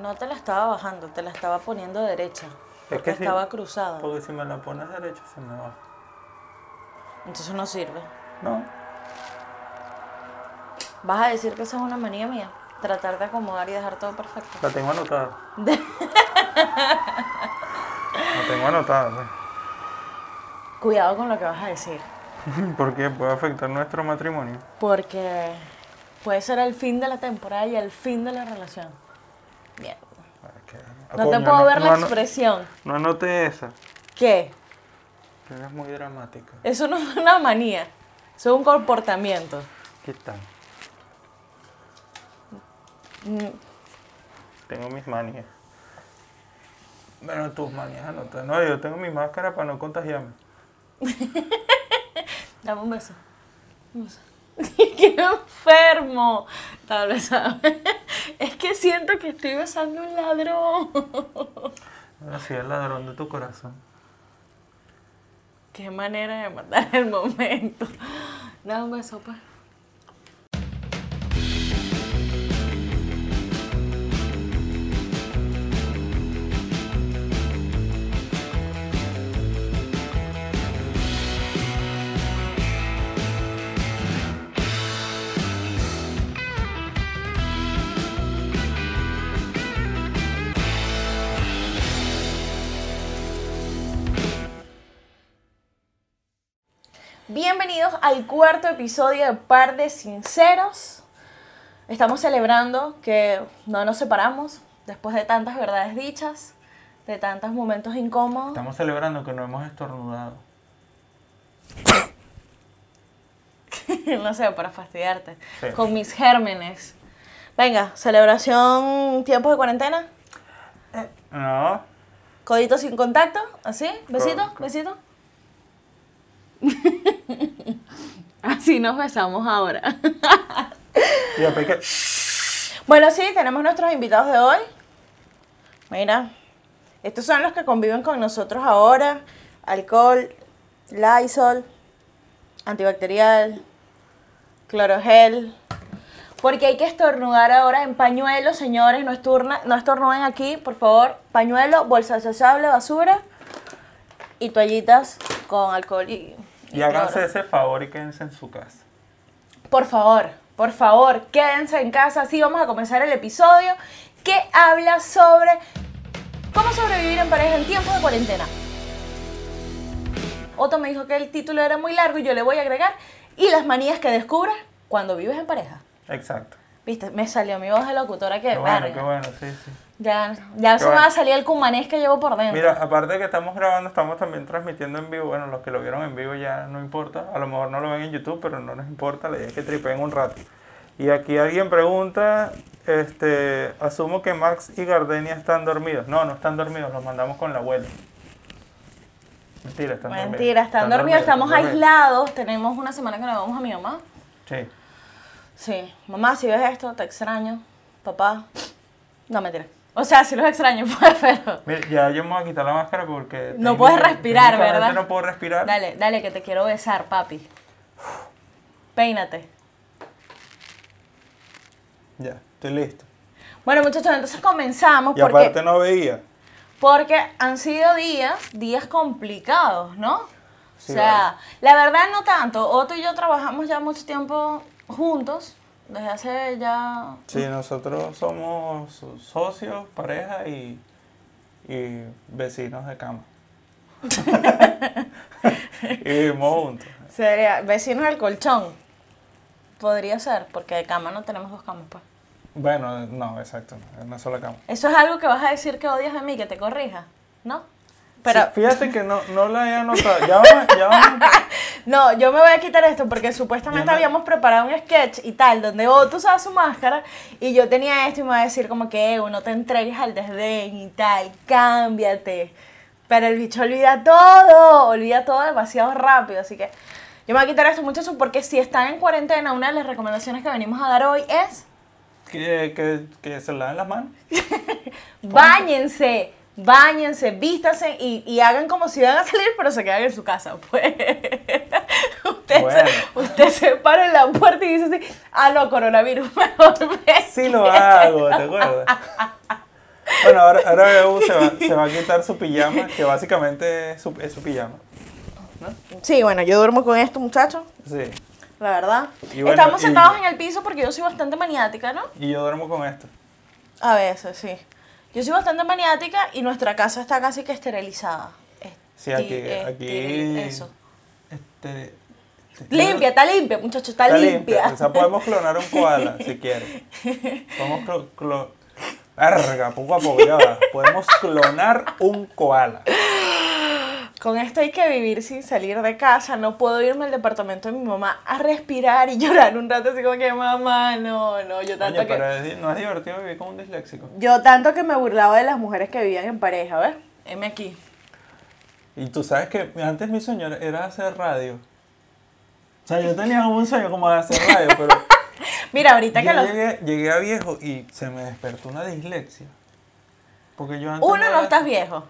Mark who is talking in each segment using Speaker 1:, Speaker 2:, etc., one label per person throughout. Speaker 1: No te la estaba bajando, te la estaba poniendo derecha. Porque
Speaker 2: si-
Speaker 1: estaba cruzada.
Speaker 2: Porque si me la pones derecha se me va.
Speaker 1: Entonces no sirve.
Speaker 2: No,
Speaker 1: ¿Vas a decir que esa es una manía mía? Tratar de acomodar y dejar todo perfecto.
Speaker 2: la tengo anotada. la tengo anotada.
Speaker 1: Cuidado con lo que vas a decir.
Speaker 2: pues. Porque puede afectar nuestro matrimonio.
Speaker 1: Porque puede ser el fin de la temporada y el fin de la relación. Bien.
Speaker 2: Es que-
Speaker 1: No
Speaker 2: Coño,
Speaker 1: te puedo ver la
Speaker 2: ano-
Speaker 1: expresión.
Speaker 2: No anote esa.
Speaker 1: ¿Qué?
Speaker 2: que Eres muy dramática.
Speaker 1: Eso no es una manía. Eso es un comportamiento.
Speaker 2: Aquí están.
Speaker 1: Mm,
Speaker 2: Tengo mis manías. Bueno, tus manías anotadas. No, yo tengo mi máscara para no contagiarme.
Speaker 1: Dame un beso. Un beso. ¡Qué enfermo! Tal vez ¿sabes? Es que siento que estoy besando a un ladrón.
Speaker 2: Ahora sí, el ladrón de tu corazón.
Speaker 1: Qué manera de matar el momento. Dame un beso, pues. Bienvenidos al cuarto episodio de Par de Sinceros. Estamos celebrando que no nos separamos después de tantas verdades dichas, de tantos momentos incómodos.
Speaker 2: Estamos celebrando que no hemos estornudado.
Speaker 1: no sé, para fastidiarte.
Speaker 2: Sí.
Speaker 1: Con mis gérmenes. Venga, celebración tiempos de cuarentena.
Speaker 2: No.
Speaker 1: Codito sin contacto, así, besito,
Speaker 2: Co- co-
Speaker 1: besito. así nos besamos ahora.
Speaker 2: Y después que...
Speaker 1: Bueno, sí, tenemos nuestros invitados de hoy. Mira, estos son los que conviven con nosotros ahora. Alcohol, Lysol, antibacterial, clorogel. Porque hay que estornudar ahora en pañuelo, señores. No, esturna- no estornuden aquí, por favor. Pañuelo, bolsa desechable, basura y toallitas con alcohol y...
Speaker 2: Y háganse ese favor y quédense en su casa.
Speaker 1: Por favor, por favor, quédense en casa. Así vamos a comenzar el episodio que habla sobre cómo sobrevivir en pareja en tiempos de cuarentena. Otto me dijo que el título era muy largo y yo le voy a agregar y las manías que descubras cuando vives en pareja.
Speaker 2: Exacto.
Speaker 1: Viste, me salió mi voz de locutora que
Speaker 2: Qué bueno,
Speaker 1: verga.
Speaker 2: qué bueno, sí, sí.
Speaker 1: Ya, ya se me va a
Speaker 2: bueno.
Speaker 1: salir el cumanés que llevo por dentro.
Speaker 2: Mira, aparte de que estamos grabando, estamos también transmitiendo en vivo. Bueno, los que lo vieron en vivo ya no importa. A lo mejor no lo ven en YouTube, pero no nos importa. La idea es que tripeen un rato. Y aquí alguien pregunta, este, asumo que Max y Gardenia están dormidos. No, no están dormidos, los mandamos con la abuela. Mentira, están dormidos.
Speaker 1: Mentira, están, dormidos, estamos aislados. Tenemos una semana que no vamos a mi mamá.
Speaker 2: Sí.
Speaker 1: Sí, mamá, si ves esto, te extraño. Papá, no mentira. O sea, sí los extraño, pues, pero.
Speaker 2: Mira, ya yo me voy a quitar la máscara porque...
Speaker 1: No puedes
Speaker 2: técnica-
Speaker 1: respirar,
Speaker 2: técnicamente
Speaker 1: ¿verdad?
Speaker 2: No puedo respirar.
Speaker 1: Dale, dale, que te quiero besar, papi. Peínate.
Speaker 2: Ya, estoy listo.
Speaker 1: Bueno, muchachos, entonces comenzamos
Speaker 2: Y
Speaker 1: porque,
Speaker 2: aparte no veía.
Speaker 1: porque han sido días, días complicados, ¿no?
Speaker 2: Sí,
Speaker 1: o sea, la verdad no tanto. Otto y yo trabajamos ya mucho tiempo juntos, desde hace ya
Speaker 2: Sí, nosotros somos socios, pareja y, y vecinos de cama. y vivimos juntos.
Speaker 1: Sería vecinos del colchón. Podría ser, porque de cama no tenemos dos camas, pues.
Speaker 2: Bueno, no, exacto, en una sola cama.
Speaker 1: Eso es algo que vas a decir que odias de mí, que te corrija, ¿no? Pero,
Speaker 2: Sí, fíjate que no, no la he anotado. Ya vamos, ya vamos.
Speaker 1: no, yo me voy a quitar esto porque supuestamente
Speaker 2: Yo no-
Speaker 1: habíamos preparado un sketch y tal, donde Otto usaba su máscara y yo tenía esto y me iba a decir como que "Ew, no te entregues al desdén y tal, cámbiate. Pero el bicho olvida todo, olvida todo demasiado rápido, así que yo me voy a quitar esto muchachos porque si están en cuarentena, una de las recomendaciones que venimos a dar hoy es
Speaker 2: Que, que, que se laven las manos.
Speaker 1: Báñense, báñense, vístanse y, y hagan como si van a salir, pero se quedan en su casa, pues. Usted,
Speaker 2: Bueno.
Speaker 1: se, usted se para en la puerta y dice así, ah, no, coronavirus, mejor me
Speaker 2: Sí lo hago, ¿te acuerdas? Bueno, ahora, ahora Bebú se va, se va a quitar su pijama, que básicamente es su, es su pijama.
Speaker 1: Sí, bueno, yo duermo con esto, muchachos.
Speaker 2: Sí.
Speaker 1: La verdad.
Speaker 2: Y bueno,
Speaker 1: Estamos
Speaker 2: y-
Speaker 1: sentados en el piso porque yo soy bastante maniática, ¿no?
Speaker 2: Y yo duermo con esto.
Speaker 1: A veces, sí. Yo soy bastante maniática y nuestra casa está casi que esterilizada.
Speaker 2: Sí, aquí.
Speaker 1: Esti- esteril-
Speaker 2: aquí
Speaker 1: este, Eso.
Speaker 2: Este, este-
Speaker 1: Limpia, está limpia, muchachos, está,
Speaker 2: Está
Speaker 1: limpia.
Speaker 2: O sea, podemos clonar un koala si quieres. Podemos clo, clo- Verga, poco a poco, ya va. Podemos clonar un koala.
Speaker 1: Con esto hay que vivir sin salir de casa. No puedo irme al departamento de mi mamá a respirar y llorar un rato así como que mamá, no, no, yo tanto
Speaker 2: Coño,
Speaker 1: que...
Speaker 2: pero es di- no es divertido vivir con un disléxico.
Speaker 1: Yo tanto que me burlaba de las mujeres que vivían en pareja, ¿ves? M aquí.
Speaker 2: Y tú sabes que antes mi sueño era- era hacer radio. O sea, yo tenía un sueño como de hacer radio, pero
Speaker 1: Mira, ahorita que
Speaker 2: yo
Speaker 1: los...
Speaker 2: llegué, llegué a viejo y se me despertó una dislexia. Porque yo antes
Speaker 1: Uno, no
Speaker 2: era-
Speaker 1: estás viejo.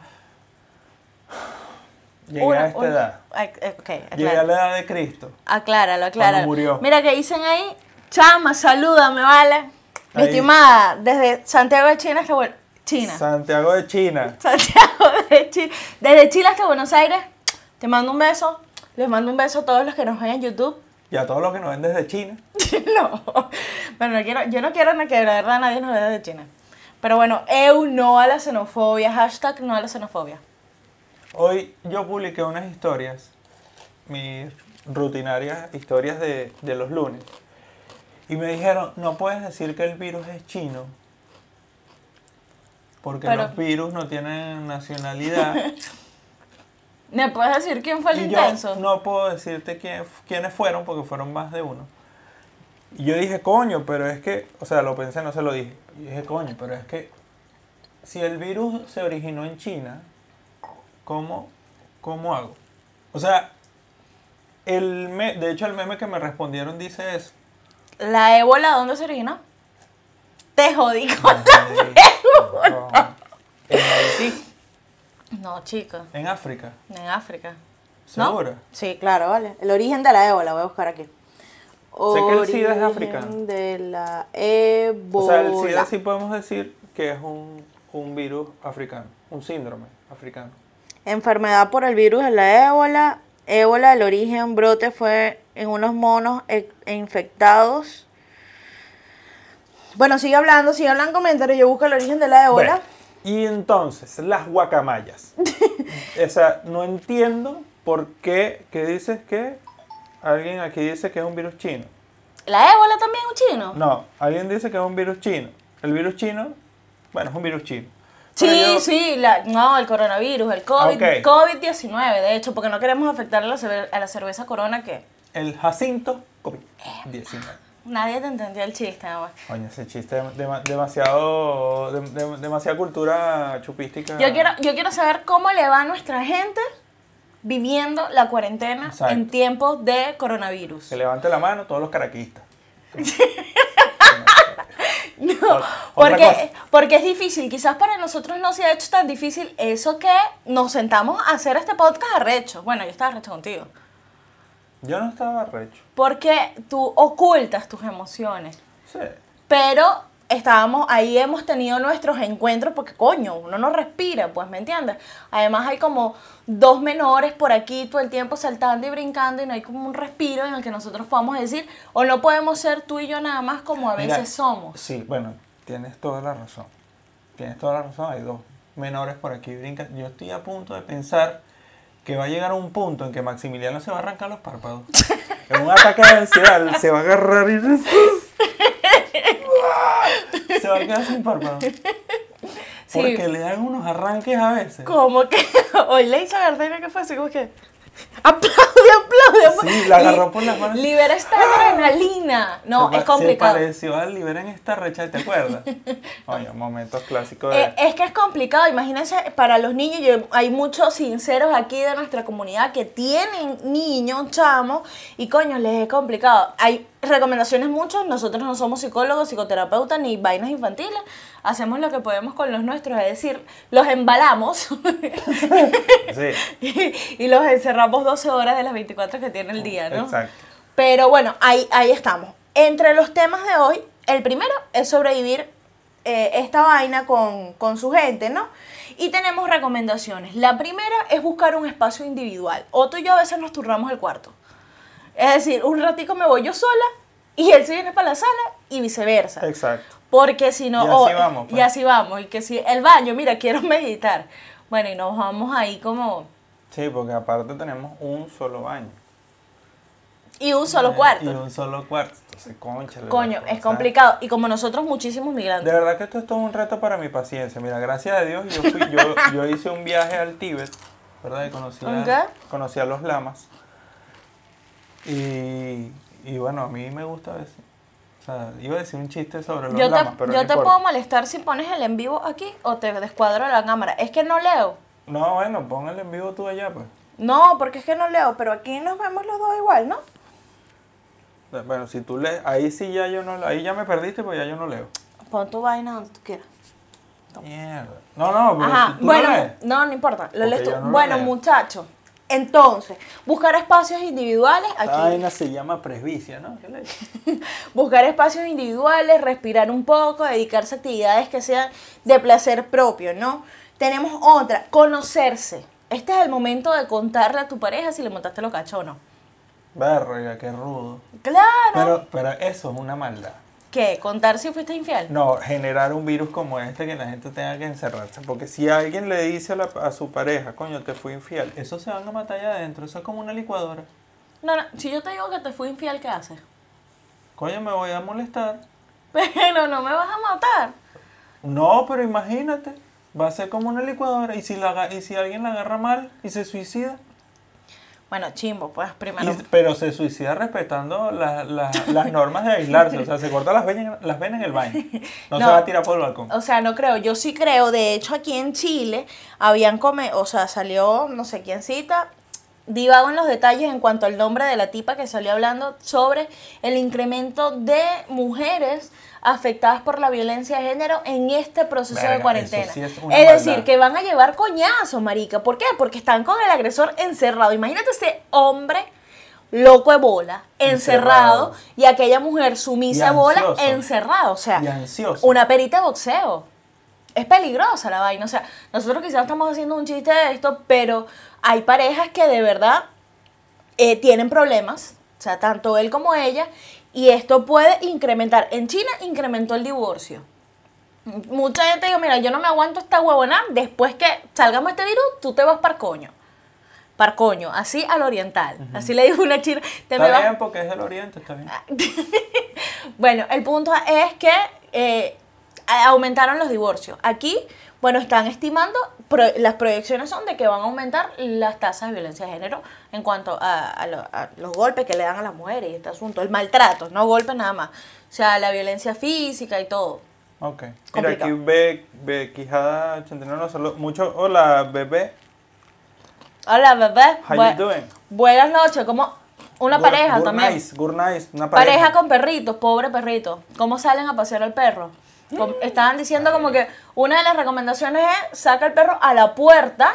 Speaker 2: Llegué
Speaker 1: Uno-
Speaker 2: a esta
Speaker 1: uno-
Speaker 2: edad.
Speaker 1: Ac- eh, Ok,
Speaker 2: Llegué a
Speaker 1: acláralo.
Speaker 2: la edad de Cristo.
Speaker 1: Acláralo, acláralo.
Speaker 2: murió.
Speaker 1: Mira que dicen ahí, chama, salúdame, ¿vale? Mi
Speaker 2: Ahí.
Speaker 1: estimada, desde Santiago de China hasta Buenos China.
Speaker 2: Santiago de China.
Speaker 1: Santiago de Chile. Desde Chile hasta Buenos Aires, te mando un beso. Les mando un beso a todos los que nos ven en YouTube.
Speaker 2: Y a todos los que nos ven desde China.
Speaker 1: no. Bueno, no quiero, yo no quiero na- que de verdad nadie nos vea de China. Pero bueno, EU no a la xenofobia. Hashtag no a la xenofobia.
Speaker 2: Hoy yo publiqué unas historias, mis rutinarias historias de, de los lunes. Y me dijeron, no puedes decir que el virus es chino. Porque
Speaker 1: Pero-
Speaker 2: los virus no tienen nacionalidad.
Speaker 1: ¿Me puedes decir quién fue el
Speaker 2: y
Speaker 1: intenso?
Speaker 2: yo no puedo decirte quién- quiénes fueron porque fueron más de uno. Y yo dije, coño, pero es que, o sea, lo pensé, no se lo dije. Y dije, coño, pero es que si el virus se originó en China, ¿cómo, cómo hago? O sea, el me- de hecho el meme que me respondieron dice eso.
Speaker 1: ¿La ébola dónde se originó? Te jodí con la
Speaker 2: No. en Haití,
Speaker 1: No, chica.
Speaker 2: en África,
Speaker 1: En África. ¿No?
Speaker 2: segura.
Speaker 1: Sí, claro, vale. El origen de la ébola, voy a buscar aquí.
Speaker 2: Sé que el SIDA
Speaker 1: Origen
Speaker 2: es africano.
Speaker 1: de la
Speaker 2: O
Speaker 1: ébola.
Speaker 2: sea, el SIDA sí podemos decir que es un, un virus africano, un síndrome africano.
Speaker 1: Enfermedad por el virus de la ébola. Ébola, el origen brote fue en unos monos e- e infectados. Bueno, sigue hablando, sigue hablando en comentarios. Yo busco el origen de la ébola.
Speaker 2: Bueno, y entonces, las guacamayas. o sea, no entiendo por qué, que dices que alguien aquí dice que es un virus chino.
Speaker 1: ¿La ébola también es un chino?
Speaker 2: No, alguien dice que es un virus chino. El virus chino, bueno, es un virus chino. Pero
Speaker 1: Sí,
Speaker 2: yo- Ah,
Speaker 1: sí, la- no, el coronavirus, el COVID,
Speaker 2: Ok.
Speaker 1: COVID-19, de hecho, porque no queremos afectar a la, cerve- a la cerveza corona que
Speaker 2: El Jacinto COVID-19.
Speaker 1: nadie te entendió el chiste, nada más.
Speaker 2: Coño, ese chiste es dema- demasiado, dem- dem- demasiada cultura chupística.
Speaker 1: Yo quiero, yo quiero saber cómo le va a nuestra gente viviendo la cuarentena
Speaker 2: Exacto.
Speaker 1: en tiempos de coronavirus.
Speaker 2: Que levante la mano todos los caraquistas.
Speaker 1: No,
Speaker 2: Otra
Speaker 1: porque,
Speaker 2: cosa.
Speaker 1: porque es difícil. Quizás para nosotros no se ha hecho tan difícil eso que nos sentamos a hacer este podcast arrecho. Bueno, yo estaba arrecho contigo.
Speaker 2: Yo no estaba recho.
Speaker 1: Porque tú ocultas tus emociones.
Speaker 2: Sí.
Speaker 1: Pero estábamos, ahí hemos tenido nuestros encuentros porque coño, uno no respira, pues, ¿me entiendes? Además hay como dos menores por aquí todo el tiempo saltando y brincando y no hay como un respiro en el que nosotros podamos decir o no podemos ser tú y yo nada más como a veces
Speaker 2: Mira,
Speaker 1: somos.
Speaker 2: Sí, bueno, tienes toda la razón. Tienes toda la razón. Hay dos menores por aquí brincan. Yo estoy a punto de pensar que va a llegar un punto en que Maximiliano se va a arrancar los párpados. en un ataque de ansiedad se va a agarrar y... se va a quedar sin párpados.
Speaker 1: Sí.
Speaker 2: Porque le dan unos arranques a veces.
Speaker 1: Como que hoy le hizo Gardena que fue así como que aplaude, aplaude, aplaude.
Speaker 2: Sí, la
Speaker 1: Li-
Speaker 2: agarró por las manos.
Speaker 1: Libera esta adrenalina. No,
Speaker 2: Se
Speaker 1: es
Speaker 2: pa-
Speaker 1: complicado.
Speaker 2: Se pareció a Liberen esta recha, ¿te acuerdas? Oye, momentos clásicos de...
Speaker 1: Eh, es que es complicado, imagínense, para los niños, yo- hay muchos sinceros aquí de nuestra comunidad que tienen niños, chamos, y coño, les es complicado. Hay recomendaciones muchas, nosotros no somos psicólogos, psicoterapeutas, ni vainas infantiles, hacemos lo que podemos con los nuestros, es decir, los embalamos
Speaker 2: Sí,
Speaker 1: y, y los encerramos 12 horas de las 24 que
Speaker 2: Oh,
Speaker 1: tiene el día, ¿no?
Speaker 2: exacto.
Speaker 1: Pero bueno, ahí, ahí estamos. Entre los temas de hoy, el primero es sobrevivir eh, eh, esta vaina con, con su gente, ¿no? Y tenemos recomendaciones. La primera es buscar un espacio individual. Otto y yo a veces nos turnamos el cuarto. Es decir, un ratico me voy yo sola y él se viene para la sala y viceversa.
Speaker 2: Exacto.
Speaker 1: Porque si no...
Speaker 2: Y así vamos,
Speaker 1: Y
Speaker 2: pues.
Speaker 1: así vamos. Y que si el baño, mira, quiero meditar. Bueno, y nos vamos ahí como...
Speaker 2: Sí, porque aparte tenemos un solo baño.
Speaker 1: Y un solo
Speaker 2: Eh,
Speaker 1: cuarto.
Speaker 2: Y un solo cuarto. Entonces, cónchale,
Speaker 1: Coño,
Speaker 2: loco, o
Speaker 1: es
Speaker 2: sea,
Speaker 1: complicado. Y como nosotros, muchísimos
Speaker 2: De
Speaker 1: migrantes.
Speaker 2: verdad que esto es todo un reto para mi paciencia. Mira, gracias a Dios yo, fui, yo, yo hice un viaje al Tíbet, ¿verdad? Y conocí a,
Speaker 1: Ok.
Speaker 2: conocí a los lamas. Y, y bueno, a mí me gusta a veces. O sea, iba a decir un chiste sobre los
Speaker 1: Yo te,
Speaker 2: lamas, pero
Speaker 1: yo
Speaker 2: no
Speaker 1: te
Speaker 2: importa.
Speaker 1: puedo molestar si pones el en vivo aquí o te descuadro la cámara. Es que no leo.
Speaker 2: No, bueno, pon el en vivo tú allá, pues.
Speaker 1: No, porque es que no leo, pero aquí nos vemos los dos igual, ¿no?
Speaker 2: Bueno, si tú lees, ahí sí ya yo no, ahí ya me perdiste, pues ya yo no leo.
Speaker 1: Pon tu vaina donde tú quieras.
Speaker 2: Mierda. No, no, pero
Speaker 1: Ajá,
Speaker 2: si tú
Speaker 1: bueno,
Speaker 2: no lees.
Speaker 1: no, no importa, lo
Speaker 2: Ok,
Speaker 1: lees tú.
Speaker 2: yo no lo
Speaker 1: bueno,
Speaker 2: leo.
Speaker 1: muchachos, entonces, buscar espacios individuales
Speaker 2: Esta
Speaker 1: aquí.
Speaker 2: vaina se llama presbicia, ¿no? ¿Qué le dices?
Speaker 1: buscar espacios individuales, respirar un poco, dedicarse a actividades que sean de placer propio, ¿no? Tenemos otra, conocerse. Este es el momento de contarle a tu pareja si le montaste los cachos o no.
Speaker 2: Verga, qué rudo.
Speaker 1: Claro.
Speaker 2: Pero, pero eso es una maldad.
Speaker 1: ¿Qué? ¿Contar si fuiste infiel?
Speaker 2: No, generar un virus como este que la gente tenga que encerrarse. Porque si alguien le dice a, la- a su pareja, coño, te fui infiel, eso se van a matar allá adentro. Eso es como una licuadora.
Speaker 1: No, no, si yo te digo que te fui infiel, ¿qué haces?
Speaker 2: Coño, me voy a molestar.
Speaker 1: Pero no me vas a matar.
Speaker 2: No, pero imagínate. Va a ser como una licuadora. ¿Y si, la, aga- y si alguien la agarra mal y se suicida?
Speaker 1: Bueno, chimbo, pues
Speaker 2: Y-
Speaker 1: primero.
Speaker 2: pero se suicida respetando la- la- las normas de aislarse. O sea, se corta las venas, las venas en el baño. No, se
Speaker 1: No.
Speaker 2: va a tirar por el balcón.
Speaker 1: O sea, no creo, yo sí creo, de hecho aquí en Chile habían come, o sea, salió no sé quién cita, divago en los detalles en cuanto al nombre de la tipa que salió hablando sobre el incremento de mujeres afectadas por la violencia de género en este proceso de
Speaker 2: Verga,
Speaker 1: cuarentena.
Speaker 2: eso sí es una
Speaker 1: es
Speaker 2: maldad.
Speaker 1: decir, que van a llevar coñazo, marica. ¿Por qué? Porque están con el agresor encerrado. Imagínate ese hombre loco de bola, encerrado,
Speaker 2: Encerrado.
Speaker 1: y aquella mujer sumisa
Speaker 2: Y
Speaker 1: de bola,
Speaker 2: ansioso.
Speaker 1: encerrada. O sea,
Speaker 2: Y ansioso.
Speaker 1: una perita de boxeo. Es peligrosa la vaina. O sea, nosotros quizás estamos haciendo un chiste de esto, pero hay parejas que de verdad eh, tienen problemas. O sea, tanto él como ella. Y esto puede incrementar. En China incrementó el divorcio. M- Mucha gente dijo, mira, yo no me aguanto esta huevona. Después que salgamos este virus, tú te vas para coño. Para coño. Así al oriental. Así le dijo una china. Te me
Speaker 2: Está
Speaker 1: vas Ah,
Speaker 2: bien porque es del oriente, está bien.
Speaker 1: bueno, el punto es que eh, a- aumentaron los divorcios. Aquí, bueno, están estimando, pro- las proyecciones son de que van a aumentar las tasas de violencia de género en cuanto a, a lo- a los golpes que le dan a las mujeres y este asunto, el maltrato, no golpes nada más. O sea, la violencia física y todo.
Speaker 2: Ok. Mira,
Speaker 1: Complicado.
Speaker 2: aquí ve, ve Quijada 89, no solo mucho. Hola, bebé.
Speaker 1: Hola, bebé.
Speaker 2: How
Speaker 1: Bue-
Speaker 2: you doing?
Speaker 1: Buenas noches. ¿Cómo? Una
Speaker 2: Good-
Speaker 1: pareja
Speaker 2: good
Speaker 1: también.
Speaker 2: Nice, good nice, una pareja.
Speaker 1: Pareja. con perritos, pobre perrito. ¿Cómo salen a pasear al perro?
Speaker 2: Mm.
Speaker 1: Com- Estaban diciendo como que una de las recomendaciones es saca el perro a la puerta,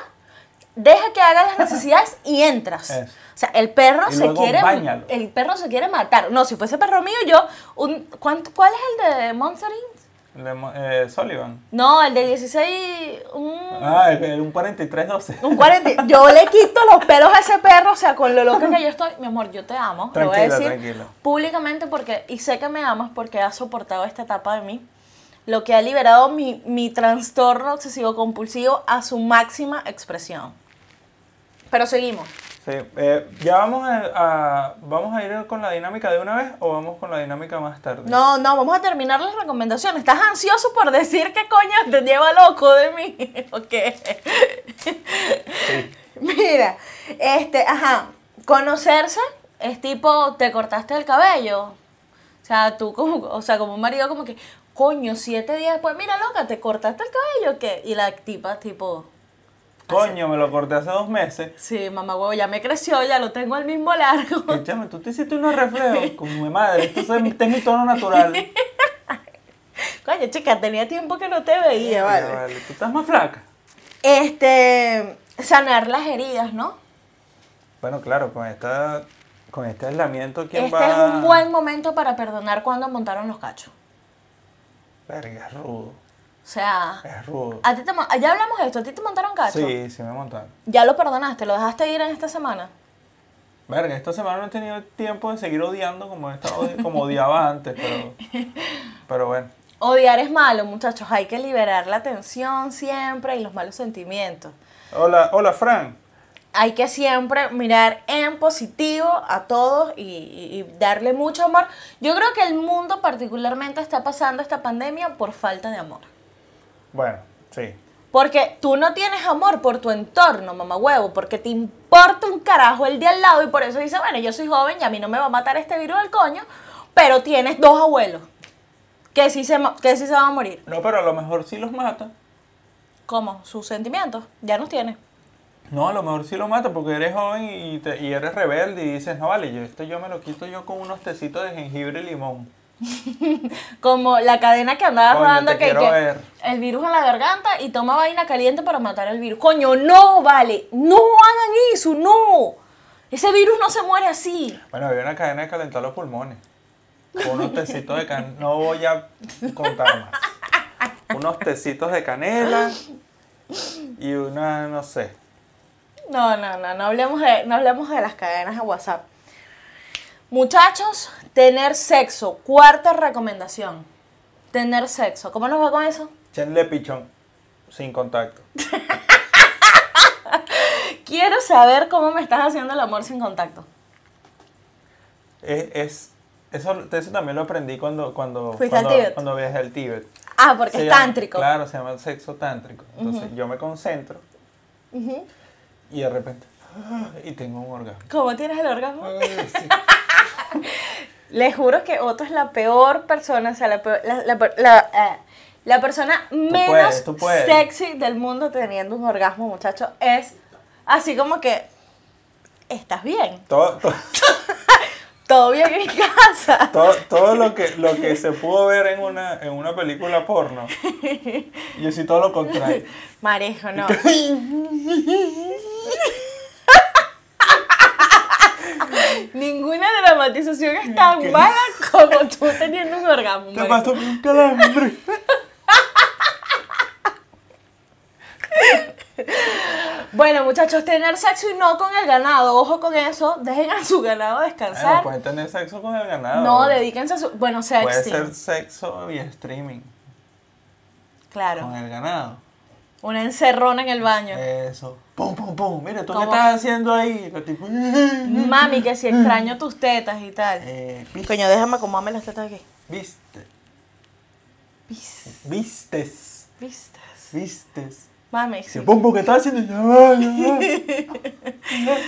Speaker 1: deja que haga las necesidades y entras.
Speaker 2: Eso.
Speaker 1: O sea, el perro
Speaker 2: Y
Speaker 1: se
Speaker 2: luego
Speaker 1: quiere
Speaker 2: báñalo.
Speaker 1: el perro se quiere matar. No, si fuese perro mío yo un, ¿cuánto- ¿cuál es el de Monster Inc?
Speaker 2: Le mo- eh, Sullivan.
Speaker 1: No, el de 16 un
Speaker 2: Ah, el- el- un 4312.
Speaker 1: un 40, yo le quito los pelos a ese perro, o sea, con lo loca que yo estoy, mi amor, yo te amo, lo voy a
Speaker 2: Tranquila,
Speaker 1: decir
Speaker 2: tranquila.
Speaker 1: públicamente porque, y sé que me amas porque has soportado esta etapa de mí, lo que ha liberado mi, mi trastorno obsesivo compulsivo a su máxima expresión. Pero seguimos.
Speaker 2: Sí, eh, ya vamos a, a- vamos a ir con la dinámica de una vez o vamos con la dinámica más tarde.
Speaker 1: No, no, vamos a terminar las recomendaciones. Estás ansioso por decir que coño te lleva loco de mí. Ok. Mira, este, ajá, conocerse es tipo, te cortaste el cabello. O sea, tú como, o sea, como un marido como que, coño, siete días después, mira loca, te cortaste el cabello, ¿qué? Y la tipa tipo,
Speaker 2: Coño, me lo corté hace dos meses.
Speaker 1: sí, mamá huevo, ya me creció, ya lo tengo al mismo largo.
Speaker 2: Que, Chama, tú te hiciste unos reflejos. Como mi madre, esto es, este es mi tono natural.
Speaker 1: Coño, chica, tenía tiempo que no te veía, vale.
Speaker 2: Ya, Tú estás más flaca.
Speaker 1: Este, sanar las heridas, ¿no?
Speaker 2: Bueno, claro, con esta, con este aislamiento, ¿quién
Speaker 1: Este
Speaker 2: va?
Speaker 1: es un buen momento para perdonar cuando montaron los cachos.
Speaker 2: Verga, es rudo.
Speaker 1: O sea,
Speaker 2: Es rudo.
Speaker 1: a ti te, mon- ya hablamos de esto, a ti te montaron cacho.
Speaker 2: Sí, sí me montaron.
Speaker 1: Ya lo perdonaste, lo dejaste ir en esta semana.
Speaker 2: Verga, esta semana no he tenido tiempo de seguir odiando como, he estado odi- como odiaba antes, pero, pero bueno.
Speaker 1: Odiar es malo, muchachos. Hay que liberar la tensión siempre y los malos sentimientos.
Speaker 2: Hola, hola Fran.
Speaker 1: Hay que siempre mirar en positivo a todos y, y- y darle mucho amor. Yo creo que el mundo particularmente está pasando esta pandemia por falta de amor.
Speaker 2: Bueno, sí.
Speaker 1: Porque tú no tienes amor por tu entorno, mamá huevo, porque te importa un carajo el de al lado y por eso dice, bueno, yo soy joven y a mí no me va a matar este virus del coño, pero tienes dos abuelos que sí se, mo- que sí se van a morir.
Speaker 2: No, pero a lo mejor sí los mata.
Speaker 1: ¿Cómo? Sus sentimientos, ya los tienes.
Speaker 2: No, a lo mejor sí lo mata porque eres joven y, te- y eres rebelde y dices, no vale, yo esto yo me lo quito yo con unos tecitos de jengibre y limón.
Speaker 1: Como la cadena que andaba
Speaker 2: Coño,
Speaker 1: rodando
Speaker 2: te
Speaker 1: que,
Speaker 2: quiero
Speaker 1: que
Speaker 2: ver.
Speaker 1: el virus en la garganta y toma vaina caliente para matar el virus. Coño, no, vale, no hagan eso, no. Ese virus no se muere así.
Speaker 2: Bueno, había una cadena de calentar los pulmones. Con unos tecitos de canela. No voy a contar más. Unos tecitos de canela y una, no sé.
Speaker 1: No, no, no, no hablemos de, no hablemos de las cadenas de WhatsApp. Muchachos, tener sexo. Cuarta recomendación. Tener sexo. ¿Cómo nos va con eso?
Speaker 2: Chenle pichón. Sin contacto.
Speaker 1: Quiero saber cómo me estás haciendo el amor sin contacto.
Speaker 2: Es, es- eso, eso también lo aprendí cuando, cuando,
Speaker 1: Fuiste al
Speaker 2: cuando,
Speaker 1: Tíbet.
Speaker 2: cuando viajé al Tíbet.
Speaker 1: Ah, porque
Speaker 2: Se
Speaker 1: es
Speaker 2: llama-
Speaker 1: tántrico.
Speaker 2: Claro, se llama sexo tántrico. Entonces yo me concentro y de repente. ¡ah! Y tengo un orgasmo.
Speaker 1: ¿Cómo tienes el orgasmo?
Speaker 2: Ay, sí.
Speaker 1: Les juro que Otto es la peor persona, o sea, la, peor- la, la, la- eh, la persona menos
Speaker 2: puedes, tú puedes.
Speaker 1: sexy del mundo teniendo un orgasmo, muchacho. Es así como que, estás bien,
Speaker 2: Todo, todo-
Speaker 1: todo bien en casa.
Speaker 2: todo, todo lo que lo que se pudo ver en una, en una película porno. Yo sí todo lo contrario.
Speaker 1: Marejo, no. Ninguna dramatización es tan mala como tú teniendo un orgasmo.
Speaker 2: Te
Speaker 1: marico.
Speaker 2: pasó un calambre.
Speaker 1: Bueno, muchachos, tener sexo y no con el ganado. Ojo con eso. Dejen a su ganado
Speaker 2: Bueno,
Speaker 1: descansar.
Speaker 2: puedes tener sexo con el ganado.
Speaker 1: no, dedíquense a su. Bueno,
Speaker 2: Puede
Speaker 1: sexting.
Speaker 2: ser sexo y streaming con
Speaker 1: Claro.
Speaker 2: el Eh, ganado.
Speaker 1: Una encerrona en el baño.
Speaker 2: Eso. Pum, pum, pum. Mira, ¿tú qué
Speaker 1: ¿Cómo?
Speaker 2: estás haciendo ahí? Lo tipo.
Speaker 1: Mami, que si extraño tus tetas y tal.
Speaker 2: mm. Eh, ¿viste?
Speaker 1: Coño, déjame acomodarme las tetas aquí.
Speaker 2: Viste.
Speaker 1: Vis-
Speaker 2: Vistes.
Speaker 1: Vistas.
Speaker 2: Vistes.
Speaker 1: Mami,
Speaker 2: Si
Speaker 1: sí.
Speaker 2: el pompo que estás haciendo. Ya va, ya va.